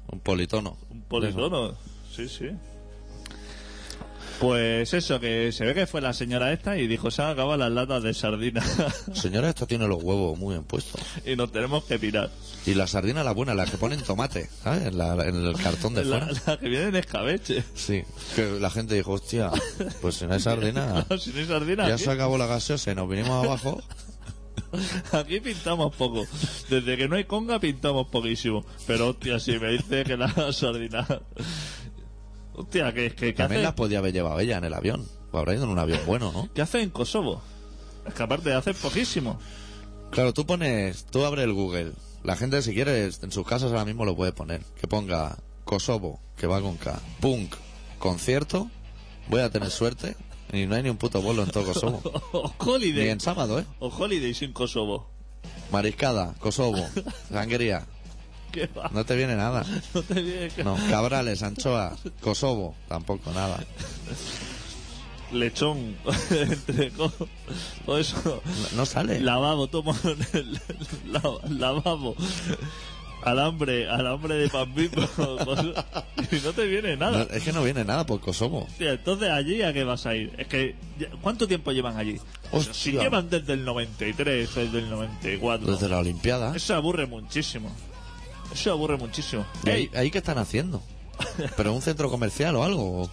Speaker 1: Un politono.
Speaker 2: Un politono. Sí, sí. Pues eso, que se ve que fue la señora esta y dijo, se han acabado las latas de sardina
Speaker 1: Señora, esto tiene los huevos muy bien puestos.
Speaker 2: y nos tenemos que pirar.
Speaker 1: Y la sardina la buena, la que ponen tomate, ¿sabes? En, la- en el cartón de
Speaker 2: La,
Speaker 1: fuera.
Speaker 2: la que viene en escabeche.
Speaker 1: Sí. Que la gente dijo, hostia, pues si no hay sardina,
Speaker 2: No, si no hay sardina,
Speaker 1: ya
Speaker 2: aquí,
Speaker 1: se acabó la gaseosa y nos vinimos abajo.
Speaker 2: aquí pintamos poco. Desde que no hay conga pintamos poquísimo. Pero hostia, si me dice que la sardina... Hostia, que, que, que
Speaker 1: También
Speaker 2: hace-
Speaker 1: las podía haber llevado ella en el avión. O habrá ido en un avión bueno, ¿no?
Speaker 2: ¿Qué hace en Kosovo? Es que aparte hace poquísimo.
Speaker 1: Claro, tú pones, tú abres el Google. La gente, si quiere, en sus casas ahora mismo lo puede poner. Que ponga Kosovo, que va con K, punk, concierto, voy a tener suerte. Y no hay ni un puto vuelo en todo Kosovo.
Speaker 2: O
Speaker 1: Ni
Speaker 2: Holiday.
Speaker 1: en sábado, ¿eh?
Speaker 2: O Holiday sin Kosovo.
Speaker 1: Mariscada, Kosovo, sangría.
Speaker 2: ¿Qué va?
Speaker 1: No te viene nada.
Speaker 2: No te viene que-
Speaker 1: No, Cabrales, Anchoa, Kosovo, tampoco nada.
Speaker 2: Lechón. Entre co- todo eso.
Speaker 1: No, no sale.
Speaker 2: Lavabo, tomo. el- el- la- Lavabo. Alambre, alambre de pan bimbo. Y no te viene
Speaker 1: No,
Speaker 2: nada.
Speaker 1: es que no viene nada por Kosovo.
Speaker 2: Hostia, entonces allí a qué vas a ir. Es que, ya- ¿cuánto tiempo llevan allí?
Speaker 1: Hostia.
Speaker 2: Si llevan desde el 93, desde el 94.
Speaker 1: Desde la Olimpiada.
Speaker 2: Eso aburre muchísimo. Eso aburre muchísimo.
Speaker 1: ¿Y ahí,
Speaker 2: Ey,
Speaker 1: ahí qué están haciendo? ¿Pero un centro comercial o algo? ¿O-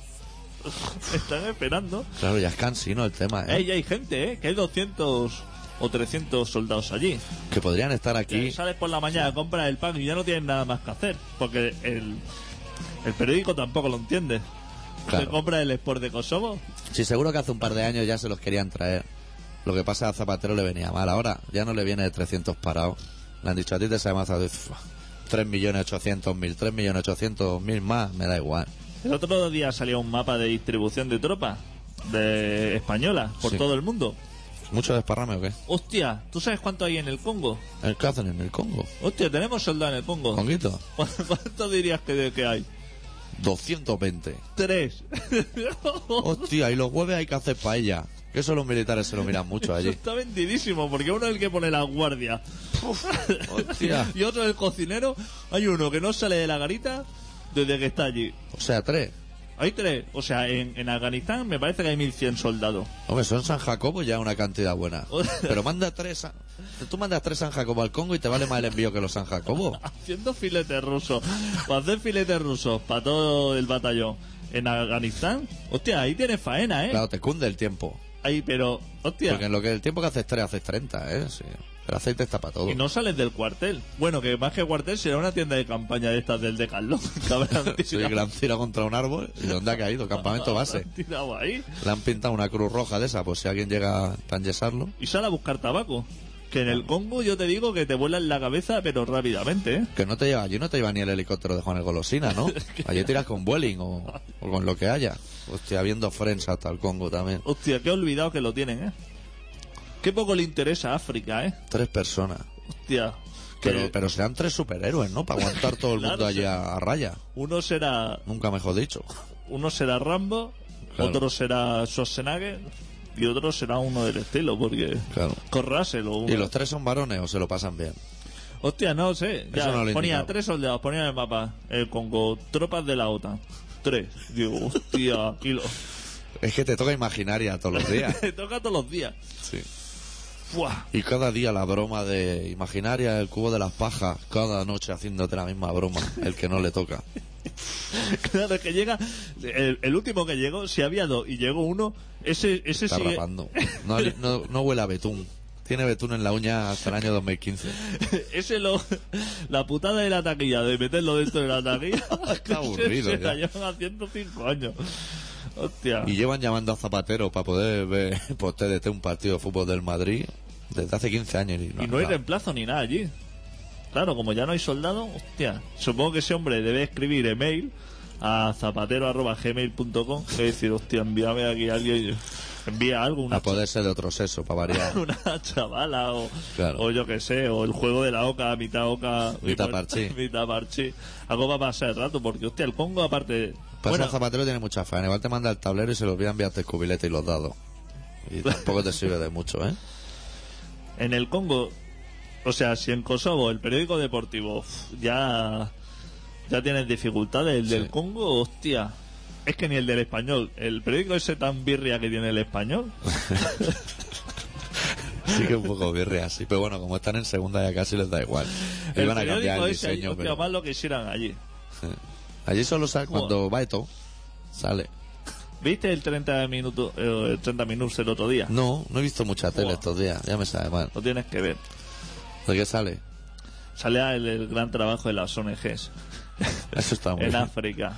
Speaker 2: están esperando.
Speaker 1: Claro, ya es cansino el tema, ¿eh?
Speaker 2: Ey, hay gente, ¿eh? Que hay 200 o 300 soldados allí.
Speaker 1: Que podrían estar
Speaker 2: Que
Speaker 1: aquí.
Speaker 2: sales por la mañana, compras el pan y ya no tienes nada más que hacer. Porque el, el periódico tampoco lo entiende.
Speaker 1: Claro.
Speaker 2: Te compras el Sport de Kosovo.
Speaker 1: Sí, seguro que hace un par de años ya se los querían traer. Lo que pasa a Zapatero le venía mal. Ahora ya no le viene de 300 parados. Le han dicho a ti te sabemos hacer 3.800.000, 3.800.000 más, me da igual.
Speaker 2: El otro día salía un mapa de distribución de tropas de españolas por
Speaker 1: Sí.
Speaker 2: todo el mundo.
Speaker 1: ¿Mucho desparrame o qué?
Speaker 2: Hostia, ¿tú sabes cuánto hay en el Congo?
Speaker 1: ¿El ¿Qué hacen en el Congo?
Speaker 2: Hostia, tenemos soldados en el Congo.
Speaker 1: ¿Conguito?
Speaker 2: ¿Cuánto dirías que, que hay?
Speaker 1: 220.
Speaker 2: Tres.
Speaker 1: Hostia, y los jueves hay que hacer paella. Que eso los militares se lo miran mucho allí.
Speaker 2: Eso está vendidísimo, porque uno es el que pone la guardia.
Speaker 1: hostia.
Speaker 2: y otro es el cocinero. Hay uno que no sale de la garita desde que está allí.
Speaker 1: O sea, tres.
Speaker 2: Hay tres. O sea, en, en Afganistán me parece que hay 1.100 soldados.
Speaker 1: Hombre, son San Jacobo ya una cantidad buena. Pero manda tres. a- Tú mandas tres San Jacobo al Congo y te vale más el envío que los San Jacobo.
Speaker 2: Haciendo filetes rusos. Para hacer filetes rusos para todo el batallón. En Afganistán, hostia, ahí tienes faena, ¿eh?
Speaker 1: Claro, te cunde el tiempo.
Speaker 2: Ahí, pero, hostia.
Speaker 1: Porque en lo que el tiempo que haces tres, haces 30, ¿eh? Sí. El aceite está para todo.
Speaker 2: Y no sales del cuartel. Bueno, que más que cuartel será una tienda de campaña de estas del Decathlon. que habrán
Speaker 1: Sí, que
Speaker 2: tirado-
Speaker 1: le han tirado contra un árbol y ¿dónde ha caído? Campamento base.
Speaker 2: habrán tirado ahí.
Speaker 1: Le han pintado una cruz roja de esa, por si alguien llega a enyesarlo.
Speaker 2: y sal a buscar tabaco. Que en el Congo yo te digo que te vuelan la cabeza, pero rápidamente, ¿eh?
Speaker 1: Que no te lleva, allí no te lleva ni el helicóptero de Juan el Golosina, ¿no? Allí tiras con Vueling o, o con lo que haya. Hostia, viendo Friends hasta el Congo también.
Speaker 2: Hostia, qué olvidado que lo tienen, ¿eh? Qué poco le interesa a África, ¿eh?
Speaker 1: Tres personas.
Speaker 2: Hostia. Que
Speaker 1: Pero, pero serán tres superhéroes, ¿no? Para aguantar todo el
Speaker 2: Claro,
Speaker 1: mundo allí a, a raya.
Speaker 2: uno será
Speaker 1: Nunca mejor dicho.
Speaker 2: uno será Rambo,
Speaker 1: Claro.
Speaker 2: otro será Schwarzenegger y otro será uno del estilo, porque...
Speaker 1: Claro.
Speaker 2: Con Russell o uno-
Speaker 1: ¿Y los tres son varones o se lo pasan bien?
Speaker 2: Hostia, no sé. Ya,
Speaker 1: Eso no lo he
Speaker 2: ponía
Speaker 1: indicado.
Speaker 2: tres soldados, ponía en el mapa el Congo, tropas de la OTAN. Tres. Digo, hostia, y lo-
Speaker 1: Es que te toca imaginaria todos los días.
Speaker 2: Te toca todos los días.
Speaker 1: Sí.
Speaker 2: Buah.
Speaker 1: Y cada día la broma de imaginaria, el cubo de las pajas, cada noche haciéndote la misma broma, el que no le toca.
Speaker 2: Claro, es que llega. El, el último que llegó, si había dos y llegó uno, ese, ese
Speaker 1: Está
Speaker 2: sigue.
Speaker 1: rapando. No, no, no huele a betún. Tiene betún en la uña hasta el año 2015.
Speaker 2: Ese lo. La putada de la taquilla, de meterlo dentro de la taquilla.
Speaker 1: Está aburrido
Speaker 2: Se la
Speaker 1: ya.
Speaker 2: llevan haciendo cinco años. Hostia.
Speaker 1: Y llevan llamando a Zapatero para poder ver por TDT un partido de fútbol del Madrid desde hace 15 años. Y no,
Speaker 2: Y no hay
Speaker 1: la-
Speaker 2: reemplazo ni nada allí. Claro, como ya no hay soldado, hostia. Supongo que ese hombre debe escribir email a zapatero.gmail.com y decir, hostia, envíame aquí a alguien. Envía algo, una,
Speaker 1: a poder ser de otro sexo, para variar. Pues
Speaker 2: una chavala o,
Speaker 1: Claro.
Speaker 2: o yo que sé, o el juego de la oca, mitad oca.
Speaker 1: Mitad parchí.
Speaker 2: mitad parchí. Algo va a pasar el rato, porque hostia, el Congo aparte.
Speaker 1: Pasa
Speaker 2: Bueno,
Speaker 1: el zapatero tiene mucha faena. Igual te manda el tablero y se lo olvida enviarte el cubilete y los dados. Y tampoco te sirve de mucho, ¿eh?
Speaker 2: en el Congo, o sea, si en Kosovo el periódico deportivo uf, ya, ya tienes dificultades, el del
Speaker 1: Sí.
Speaker 2: Congo, hostia. Es que ni el del español, el periódico ese tan birria que tiene el español.
Speaker 1: Pues Sí que un poco birre así. Pero bueno, como están en segunda ya casi les da igual.
Speaker 2: El
Speaker 1: Iban a cambiar
Speaker 2: periódico
Speaker 1: el
Speaker 2: ese, allí,
Speaker 1: diseño,
Speaker 2: hostia,
Speaker 1: pero...
Speaker 2: más lo que hicieran allí.
Speaker 1: Allí solo sale cuando Baeto sale.
Speaker 2: ¿Viste el 30 minutos, eh, el 30 minutos el otro día?
Speaker 1: No, no he visto mucha tele
Speaker 2: Buah.
Speaker 1: estos días. Ya me sabe mal.
Speaker 2: Lo tienes que ver.
Speaker 1: ¿De qué sale?
Speaker 2: Sale el, el gran trabajo de las ONGs
Speaker 1: Eso está muy
Speaker 2: en
Speaker 1: bien.
Speaker 2: África.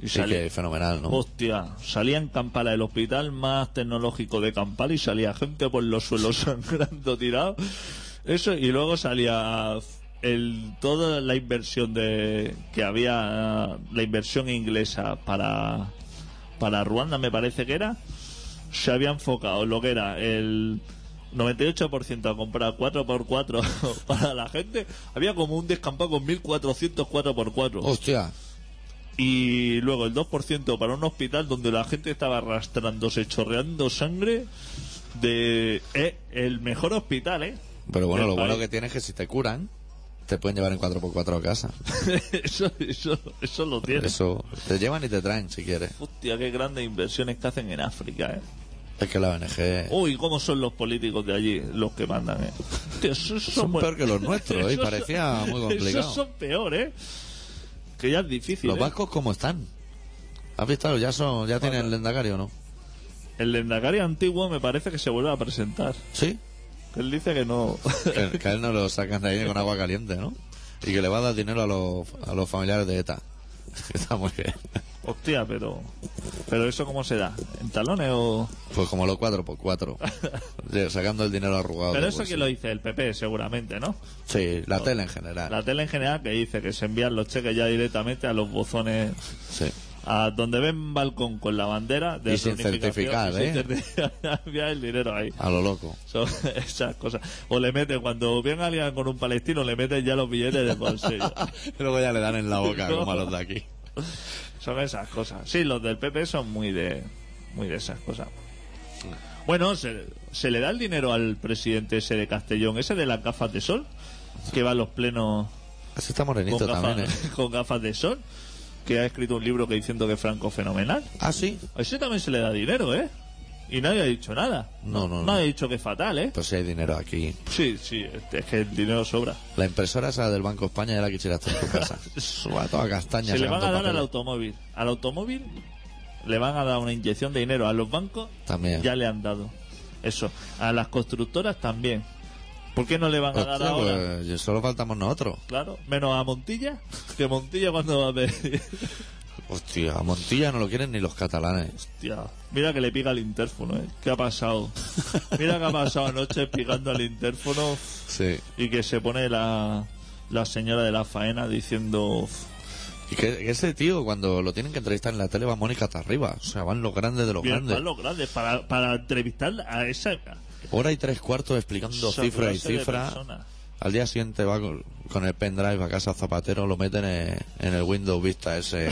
Speaker 2: Y
Speaker 1: Sí
Speaker 2: salía,
Speaker 1: que fenomenal, ¿no?
Speaker 2: hostia, salía en Kampala, el hospital más tecnológico de Kampala, y salía gente por los suelos sangrando tirado. Eso, y luego salía el toda la inversión de que había, la inversión inglesa para, para Ruanda, me parece que era, se había enfocado en lo que era el 98% a comprar 4x4 para la gente. Había como un descampado con 1.400 4x4.
Speaker 1: Hostia.
Speaker 2: Y luego el 2% para un hospital donde la gente estaba arrastrándose, chorreando sangre. De eh, el mejor hospital, ¿eh?
Speaker 1: Pero bueno,
Speaker 2: Del
Speaker 1: lo bueno
Speaker 2: país.
Speaker 1: que tienes es que si te curan, te pueden llevar en 4x4 a casa.
Speaker 2: eso, eso, eso lo tiene.
Speaker 1: Eso, te llevan y te traen si quieres.
Speaker 2: Hostia, qué grandes inversiones que hacen en África, ¿eh?
Speaker 1: Es que la ONG...
Speaker 2: Uy, cómo son los políticos de allí los que mandan, ¿eh? Hostia, esos
Speaker 1: Son
Speaker 2: buen-
Speaker 1: peor que los nuestros, ¿eh? Y
Speaker 2: Esos son-
Speaker 1: parecía muy complicado.
Speaker 2: Esos son peor, ¿eh? Que ya es difícil.
Speaker 1: Los
Speaker 2: ¿eh?
Speaker 1: vascos, ¿cómo están? ¿Has visto? Ya son, ya tienen el lendacario, ¿no?
Speaker 2: El lendacario antiguo me parece que se vuelve a presentar.
Speaker 1: Sí.
Speaker 2: Él dice que no.
Speaker 1: Que, que a él no lo sacan de ahí con agua caliente, ¿no? Y que le va a dar dinero a los, a los familiares de ETA. Está muy bien.
Speaker 2: Hostia, pero. ¿Pero eso cómo se da? ¿En talones o.?
Speaker 1: Pues como los 4x4. Sacando el dinero arrugado.
Speaker 2: Pero
Speaker 1: del
Speaker 2: eso que
Speaker 1: bolsillo.
Speaker 2: lo dice el PP, seguramente, ¿no?
Speaker 1: Sí, la tele en general.
Speaker 2: La tele en general que dice que se envían los cheques ya directamente a los bozones.
Speaker 1: Sí.
Speaker 2: A donde ven balcón con la bandera de
Speaker 1: Y sin
Speaker 2: reunificación,
Speaker 1: certificar, ¿eh?
Speaker 2: y sin certi- enviar el dinero ahí.
Speaker 1: A lo loco.
Speaker 2: Son esas cosas. O le meten, cuando viene alguien con un palestino, le meten ya los billetes de bolsillo.
Speaker 1: Y luego ya le dan en la boca
Speaker 2: No.
Speaker 1: como a los de aquí.
Speaker 2: Son esas cosas. Sí, los del PP son muy de muy de esas cosas. Bueno, se, se le da el dinero al presidente ese de Castellón, ese de las gafas de sol, que va a los plenos
Speaker 1: Así está
Speaker 2: con
Speaker 1: morenito también, ¿eh?
Speaker 2: gafas, con gafas de sol, que ha escrito un libro que diciendo que Franco es fenomenal.
Speaker 1: Ah, sí.
Speaker 2: A ese también se le da dinero, ¿eh? Y nadie ha dicho nada.
Speaker 1: No, no, no.
Speaker 2: Nadie ha dicho que es fatal, ¿eh?
Speaker 1: Pues si hay dinero aquí.
Speaker 2: Sí, sí, este, es que el dinero sobra.
Speaker 1: La impresora esa del Banco España ya la quisieras tú en tu casa. Suba toda castaña.
Speaker 2: Se le van
Speaker 1: sacando
Speaker 2: a dar al
Speaker 1: papeles.
Speaker 2: automóvil. Al automóvil le van a dar una inyección de dinero. A los bancos
Speaker 1: También.
Speaker 2: ya le han dado. Eso. A las constructoras también. ¿Por qué no le van a dar
Speaker 1: Hostia,
Speaker 2: ahora?
Speaker 1: pues solo faltamos nosotros.
Speaker 2: Claro. Menos a Montilla. Que Montilla cuando va a pedir.
Speaker 1: Hostia, a Montilla no lo quieren ni los catalanes.
Speaker 2: Hostia, Mira que le pica el interfono, ¿eh? ¿Qué ha pasado? Mira que ha pasado anoche picando al interfono
Speaker 1: Sí.
Speaker 2: y que se pone la, la señora de la faena diciendo...
Speaker 1: Y que, que ese tío, cuando lo tienen que entrevistar en la tele, va Mónica hasta arriba. O sea, van los grandes de los
Speaker 2: Bien,
Speaker 1: grandes.
Speaker 2: para los grandes, para, para entrevistar a esa...
Speaker 1: Hora y tres cuartos explicando
Speaker 2: esa
Speaker 1: cifra y
Speaker 2: clase de
Speaker 1: cifra.
Speaker 2: persona.
Speaker 1: Al día siguiente va con, con el pendrive a casa Zapatero, lo meten en, en el Windows Vista ese.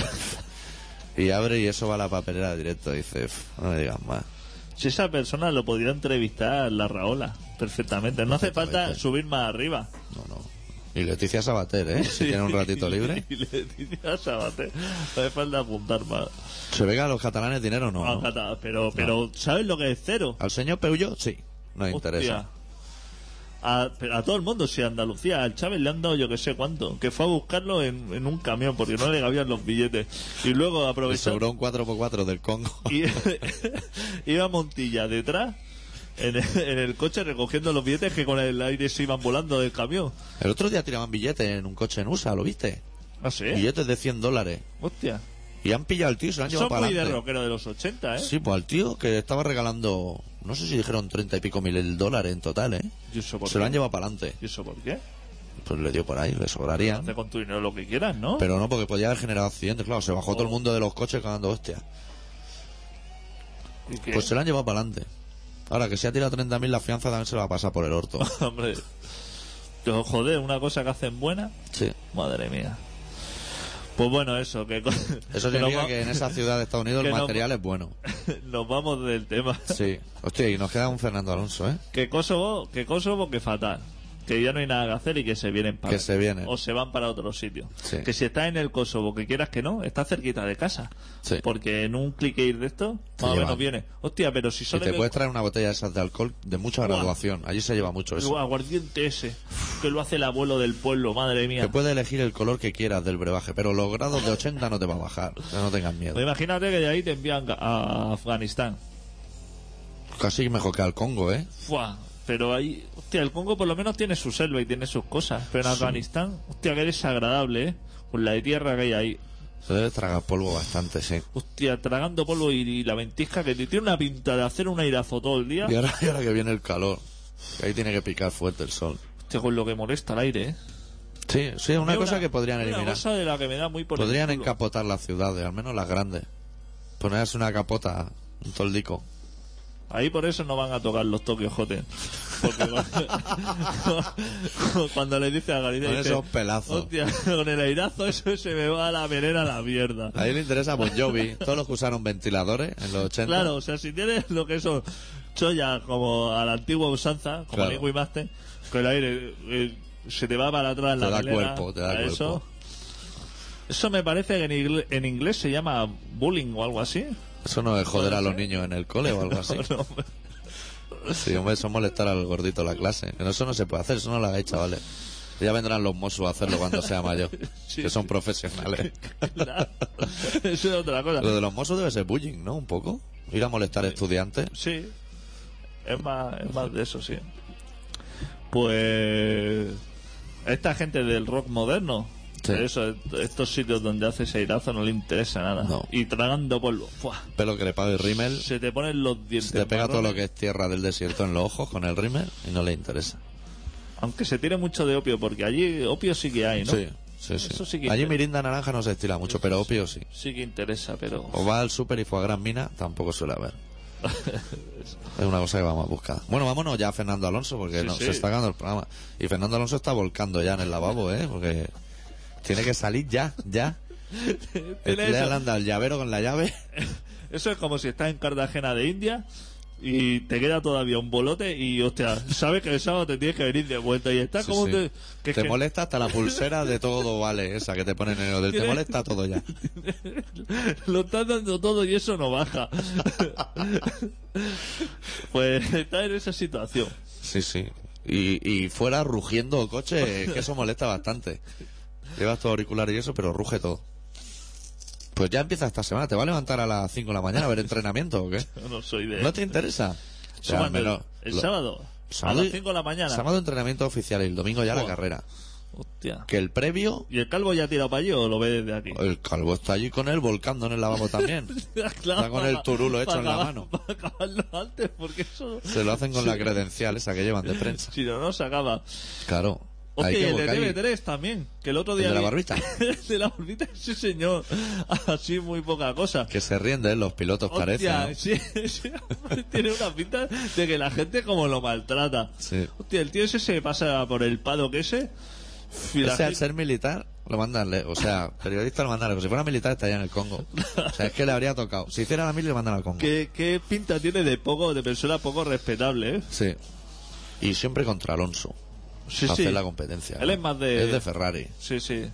Speaker 1: y abre y eso va a la papelera directo. Dice, "Pf, no me digas más.
Speaker 2: Si esa persona lo podría entrevistar la Raola perfectamente. No hace falta
Speaker 1: Perfectamente.
Speaker 2: subir más arriba.
Speaker 1: No, no. Y Leticia Sabater, ¿eh? Si tiene un ratito libre.
Speaker 2: Y le dice a Sabater, no hace falta apuntar más.
Speaker 1: ¿Se ve que a los catalanes dinero no?
Speaker 2: Ah,
Speaker 1: no?
Speaker 2: cata- Pero, pero ¿sabes lo que es cero?
Speaker 1: Al señor Peullo, sí. No interesa.
Speaker 2: Hostia. A, pero a todo el mundo, si a Andalucía, al Chávez le han dado yo que sé cuánto, que fue a buscarlo en, en un camión porque no le cabían los billetes. Y luego
Speaker 1: Le
Speaker 2: aprovechó
Speaker 1: sobró un 4x4 del Congo.
Speaker 2: y iba Montilla detrás en el, en el coche recogiendo los billetes que con el aire se iban volando del camión.
Speaker 1: El otro día tiraban billetes en un coche en USA, ¿lo viste?
Speaker 2: No sé.
Speaker 1: Billetes de 100 dólares.
Speaker 2: Ah, Hostia.
Speaker 1: Y han pillado al tío y se lo han llevado
Speaker 2: Son
Speaker 1: para
Speaker 2: muy de
Speaker 1: adelante.
Speaker 2: rockero de los 80, ¿eh?
Speaker 1: Sí, pues al tío que estaba regalando, no sé si dijeron treinta y pico mil dólares en total, ¿eh?
Speaker 2: ¿Y eso por
Speaker 1: Se lo
Speaker 2: qué?
Speaker 1: han llevado para adelante.
Speaker 2: ¿Y eso por qué?
Speaker 1: Pues le dio por ahí, le sobraría.
Speaker 2: Hace con tu dinero lo que quieras, ¿no?
Speaker 1: Pero no, porque podía haber generado accidentes, claro. Se bajó todo
Speaker 2: Oh.
Speaker 1: el mundo de los coches cagando hostias.
Speaker 2: ¿Y qué?
Speaker 1: Pues se lo han llevado para adelante. Ahora, que si ha tirado 30.000 la fianza también se la va a pasar por el orto.
Speaker 2: Hombre. Pero, joder, una cosa que hacen buena.
Speaker 1: Sí.
Speaker 2: Madre mía. Pues bueno, eso. Que, con-
Speaker 1: Eso
Speaker 2: que nos
Speaker 1: significa
Speaker 2: va-
Speaker 1: que en esa ciudad de Estados Unidos el
Speaker 2: que no-
Speaker 1: material es bueno.
Speaker 2: Nos vamos del tema.
Speaker 1: Sí. Hostia, y nos queda un Fernando Alonso, ¿eh?
Speaker 2: Que Kosovo, que Kosovo, que fatal. Que ya no hay nada que hacer y que se vienen para
Speaker 1: Que se vienen.
Speaker 2: O se van para otro sitio.
Speaker 1: Sí.
Speaker 2: Que si estás en el Kosovo, que quieras que no, estás cerquita de casa.
Speaker 1: Sí.
Speaker 2: Porque en un clic ir de esto,
Speaker 1: Te
Speaker 2: más o menos
Speaker 1: llevan.
Speaker 2: viene. Hostia, pero si
Speaker 1: Si
Speaker 2: solo
Speaker 1: te puedes traer una botella de esas de alcohol de mucha
Speaker 2: Buah.
Speaker 1: graduación. Allí se lleva mucho
Speaker 2: el
Speaker 1: eso.
Speaker 2: aguardiente ese, que lo hace el abuelo del pueblo, madre mía.
Speaker 1: Que puedes elegir el color que quieras del brebaje, pero los grados de 80 no te va a bajar. O sea, No tengas miedo.
Speaker 2: Pues imagínate que de ahí te envían a Afganistán.
Speaker 1: Casi mejor que al Congo, ¿eh?
Speaker 2: Fua, pero ahí, hostia, el Congo por lo menos tiene su selva y tiene sus cosas. Pero en Afganistán, hostia, que desagradable, ¿eh? Con la de tierra que hay ahí.
Speaker 1: Se debe tragar polvo bastante, sí.
Speaker 2: Hostia, tragando polvo y, y la ventisca que te- tiene una pinta de hacer un airazo todo el día.
Speaker 1: Y ahora, y ahora que viene el calor, que ahí tiene que picar fuerte el sol.
Speaker 2: Hostia, con lo que molesta el aire, ¿eh?
Speaker 1: Sí, sí, es una
Speaker 2: Hay
Speaker 1: cosa que podrían
Speaker 2: Una
Speaker 1: eliminar.
Speaker 2: cosa de la que me da muy por el
Speaker 1: Podrían
Speaker 2: culo.
Speaker 1: encapotar las ciudades, al menos las grandes. Ponerse una capota, un toldico.
Speaker 2: Ahí por eso no van a tocar los Tokyo Hotel. Porque cuando, cuando le dice a Galicia...
Speaker 1: Con
Speaker 2: dice,
Speaker 1: esos pelazos.
Speaker 2: Hostia, con el airazo eso se me va a la venera a la mierda.
Speaker 1: A él le interesa Bon Jovi, todos los que usaron ventiladores en los 80.
Speaker 2: Claro, o sea, si tienes lo que son chollas como a la antigua usanza, como
Speaker 1: Claro.
Speaker 2: Lingui Master, que el aire eh, se te va para atrás en
Speaker 1: Te
Speaker 2: la
Speaker 1: da
Speaker 2: melena,
Speaker 1: cuerpo, te da
Speaker 2: a
Speaker 1: cuerpo.
Speaker 2: Eso. Eso me parece que en, ingle- en inglés se llama bullying o algo así.
Speaker 1: Eso no es joder a los niños en el cole o algo así.
Speaker 2: No, hombre.
Speaker 1: Sí, hombre, eso es molestar al gordito de la clase. Que no, Eso no se puede hacer, eso no lo hagáis, chavales. Ya vendrán los mozos a hacerlo cuando sea mayor,
Speaker 2: Sí,
Speaker 1: que son
Speaker 2: sí.
Speaker 1: profesionales.
Speaker 2: Claro. Eso es otra cosa.
Speaker 1: Lo de los mozos debe ser bullying, ¿no? Un poco. Ir a molestar estudiantes.
Speaker 2: Sí. Es más, es más de eso, sí. Pues. Esta gente del rock moderno.
Speaker 1: Sí.
Speaker 2: Eso, estos sitios donde hace ese airazo no le interesa nada.
Speaker 1: No.
Speaker 2: Y tragando polvo. ¡fua!
Speaker 1: Pelo crepado y rímel.
Speaker 2: Se te ponen los dientes.
Speaker 1: Se te pega todo
Speaker 2: marrones.
Speaker 1: lo que es tierra del desierto en los ojos con el rímel y no le interesa.
Speaker 2: Aunque se tire mucho de opio, porque allí opio sí que hay, ¿no?
Speaker 1: Sí, sí, sí.
Speaker 2: Eso sí que
Speaker 1: Allí
Speaker 2: interesa.
Speaker 1: mirinda naranja no se estila mucho, pero opio sí.
Speaker 2: Sí que interesa, pero.
Speaker 1: O va al súper y fue a Gran Mina, tampoco suele haber. es una cosa que vamos a buscar. Bueno, vámonos ya a Fernando Alonso, porque
Speaker 2: Sí,
Speaker 1: no-
Speaker 2: sí.
Speaker 1: se está acabando el programa. Y Fernando Alonso está volcando ya en el lavabo, ¿eh? Porque tiene que salir ya, ya. Le
Speaker 2: Tiene eso.
Speaker 1: han dado el llavero con la llave.
Speaker 2: Eso es como si estás en Cartagena de India y te queda todavía un bolote y, hostia, sabes que el sábado te tienes que venir de vuelta y estás
Speaker 1: Sí,
Speaker 2: como
Speaker 1: sí.
Speaker 2: te... que
Speaker 1: Te
Speaker 2: es que-
Speaker 1: molesta hasta la pulsera de todo vale, esa que te ponen en el hotel. Te
Speaker 2: Tiene-
Speaker 1: molesta todo ya.
Speaker 2: Lo estás dando todo y eso no baja. pues está en esa situación.
Speaker 1: Sí, sí. Y, y fuera rugiendo coche, que eso molesta bastante. Llevas tu auricular y eso, pero ruge todo. Pues ya empieza esta semana. ¿Te va a levantar a las 5 de la mañana a ver entrenamiento o qué?
Speaker 2: Yo No soy de.
Speaker 1: ¿No te interesa? O sea, al
Speaker 2: Súmate,
Speaker 1: menos
Speaker 2: el
Speaker 1: lo-
Speaker 2: sábado.
Speaker 1: sábado
Speaker 2: a
Speaker 1: y-
Speaker 2: las 5 de la mañana.
Speaker 1: Sábado entrenamiento oficial y el domingo ya la
Speaker 2: Buah.
Speaker 1: carrera.
Speaker 2: Hostia.
Speaker 1: Que el previo,
Speaker 2: ¿Y el calvo ya ha tirado para allí o lo ve desde aquí?
Speaker 1: el calvo está allí con él volcando en el lavabo también. está con el turulo hecho en la mano.
Speaker 2: Para acabarlo antes, porque eso.
Speaker 1: Se lo hacen con la credencial esa que llevan de prensa.
Speaker 2: Si no, no se acaba.
Speaker 1: Claro. hay
Speaker 2: Hostia, y
Speaker 1: que
Speaker 2: el de
Speaker 1: volcar y-
Speaker 2: TV3 también. Que el otro
Speaker 1: ¿El
Speaker 2: día.
Speaker 1: de la
Speaker 2: vi-
Speaker 1: barbita?
Speaker 2: El de la barbita, sí, señor. Así muy poca cosa.
Speaker 1: que se ríen de él los pilotos, parece.
Speaker 2: Hostia,
Speaker 1: ¿no?
Speaker 2: sí, ese hombre tiene una pinta de que la gente como lo maltrata.
Speaker 1: Sí.
Speaker 2: Hostia, el tío ese se pasa por el pado que ese. y la
Speaker 1: O sea, al
Speaker 2: gente-
Speaker 1: ser militar, lo mandan le- O sea, periodista lo mandan lejos. Si fuera militar, estaría en el Congo. O sea, es que le habría tocado. Si hiciera la mil, le mandan al Congo.
Speaker 2: ¿Qué, qué pinta tiene de poco, de persona poco respetable, ¿eh?
Speaker 1: Sí. Y siempre contra Alonso.
Speaker 2: Sí,
Speaker 1: para
Speaker 2: sí.
Speaker 1: hacer la competencia.
Speaker 2: Él es más de-
Speaker 1: Es de Ferrari.
Speaker 2: Sí, sí.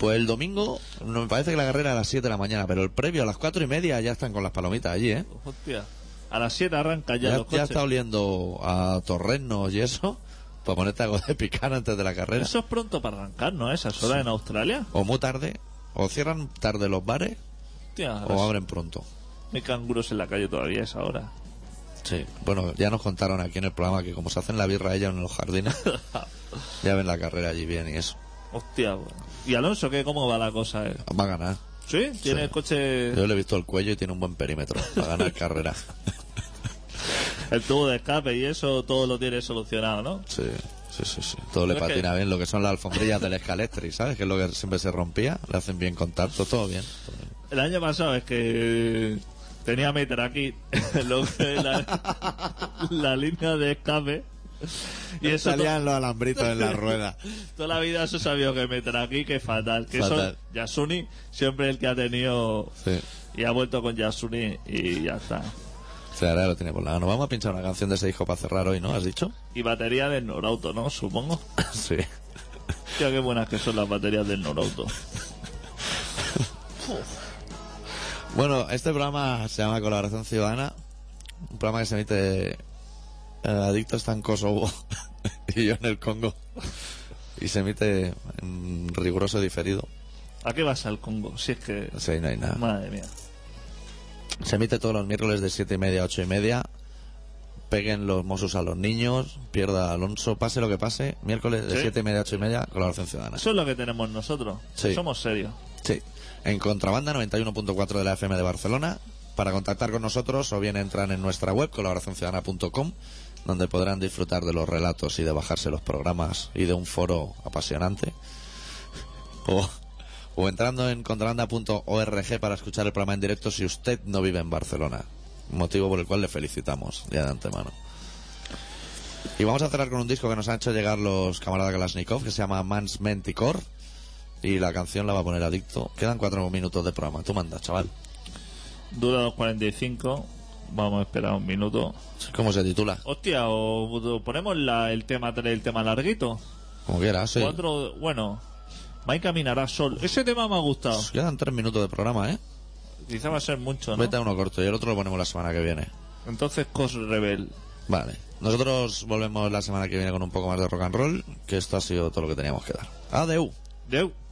Speaker 1: Pues el domingo, no, me parece que la carrera a las 7 de la mañana, pero el previo a las 4 y media ya están con las palomitas allí, ¿eh?
Speaker 2: Hostia. A las 7 arranca ya,
Speaker 1: Ya,
Speaker 2: los
Speaker 1: ya
Speaker 2: coches.
Speaker 1: está oliendo a torrenos y eso, para ponerte algo de picar antes de la carrera.
Speaker 2: Eso es pronto para arrancar, ¿no? A Esas horas en Australia.
Speaker 1: O muy tarde, o cierran tarde los bares,
Speaker 2: Hostia,
Speaker 1: o abren pronto.
Speaker 2: hay canguros en la calle todavía a esa hora.
Speaker 1: Sí. Bueno, ya nos contaron aquí en el programa que como se hacen la birra ellos en los jardines, ya ven la carrera allí bien y eso.
Speaker 2: Hostia, bueno. ¿Y Alonso qué? ¿Cómo va la cosa? eh?
Speaker 1: Va a ganar.
Speaker 2: ¿Sí? ¿Tiene
Speaker 1: Sí.
Speaker 2: el coche...?
Speaker 1: Yo le he visto el cuello y tiene un buen perímetro para ganar carrera.
Speaker 2: El tubo de escape y eso, todo lo tiene solucionado, ¿no?
Speaker 1: Sí, sí, sí. sí. Todo le
Speaker 2: Pero es que-
Speaker 1: patina bien. Lo que son las alfombrillas del escalestri, ¿sabes? Que es lo que siempre se rompía. Le hacen bien contacto, todo bien. todo bien.
Speaker 2: El año pasado es que tenía meter aquí lo que es la, la línea de escape. Y eso to-
Speaker 1: Salían los alambritos en la rueda.
Speaker 2: toda la vida se sabía que meter aquí, que fatal. Que
Speaker 1: Fatal.
Speaker 2: eso, Yasuni siempre el que ha tenido
Speaker 1: Sí.
Speaker 2: y ha vuelto con Yasuni y ya está.
Speaker 1: O sea, ahora lo tiene por la mano. Vamos a pinchar una canción de ese hijo para cerrar hoy, ¿no? ¿Has dicho?
Speaker 2: Y batería del Norauto, ¿no? Supongo.
Speaker 1: Sí.
Speaker 2: Hostia, qué buenas que son las baterías del Norauto.
Speaker 1: Bueno, este programa se llama Colaboración Ciudadana. Un programa que se emite. El adicto está en Kosovo y yo en el Congo. Y se emite en riguroso diferido.
Speaker 2: ¿A qué vas al Congo? Si es que...
Speaker 1: O sea, ahí no hay nada.
Speaker 2: Madre mía.
Speaker 1: Se emite todos los miércoles de 7 y media a 8 y media. Peguen los mozos a los niños, pierda Alonso, pase lo que pase. Miércoles de
Speaker 2: Sí.
Speaker 1: 7 y media a 8 y media, colaboración ciudadana.
Speaker 2: Eso es lo que tenemos nosotros.
Speaker 1: Sí.
Speaker 2: Somos serios.
Speaker 1: Sí. En contrabanda 91.4 de la FM de Barcelona. Para contactar con nosotros, o bien entran en nuestra web, colaboracionciudadana.com, donde podrán disfrutar de los relatos y de bajarse los programas y de un foro apasionante. O, o entrando en contrabanda.org para escuchar el programa en directo si usted no vive en Barcelona. Motivo por el cual le felicitamos ya de antemano. Y vamos a cerrar con un disco que nos han hecho llegar los camaradas Kalashnikov, que se llama Mans Menticor. Y la canción la va a poner adicto. Quedan cuatro minutos de programa. Tú mandas, chaval.
Speaker 2: Dura 2.45. Vamos a esperar un minuto.
Speaker 1: ¿Cómo se titula?
Speaker 2: Hostia, o, o ponemos la- el tema tres, el tema larguito.
Speaker 1: Como quieras, sí.
Speaker 2: Cuatro, bueno. Mike caminará sol. Ese tema me ha gustado.
Speaker 1: Quedan tres minutos de programa, ¿eh?
Speaker 2: Quizá va a ser mucho, ¿no?
Speaker 1: Vete a uno corto y el otro lo ponemos la semana que viene.
Speaker 2: Entonces Cos Rebel.
Speaker 1: Vale. Nosotros volvemos la semana que viene con un poco más de rock and roll, que esto ha sido todo lo que teníamos que dar. Adeu.
Speaker 2: Deu.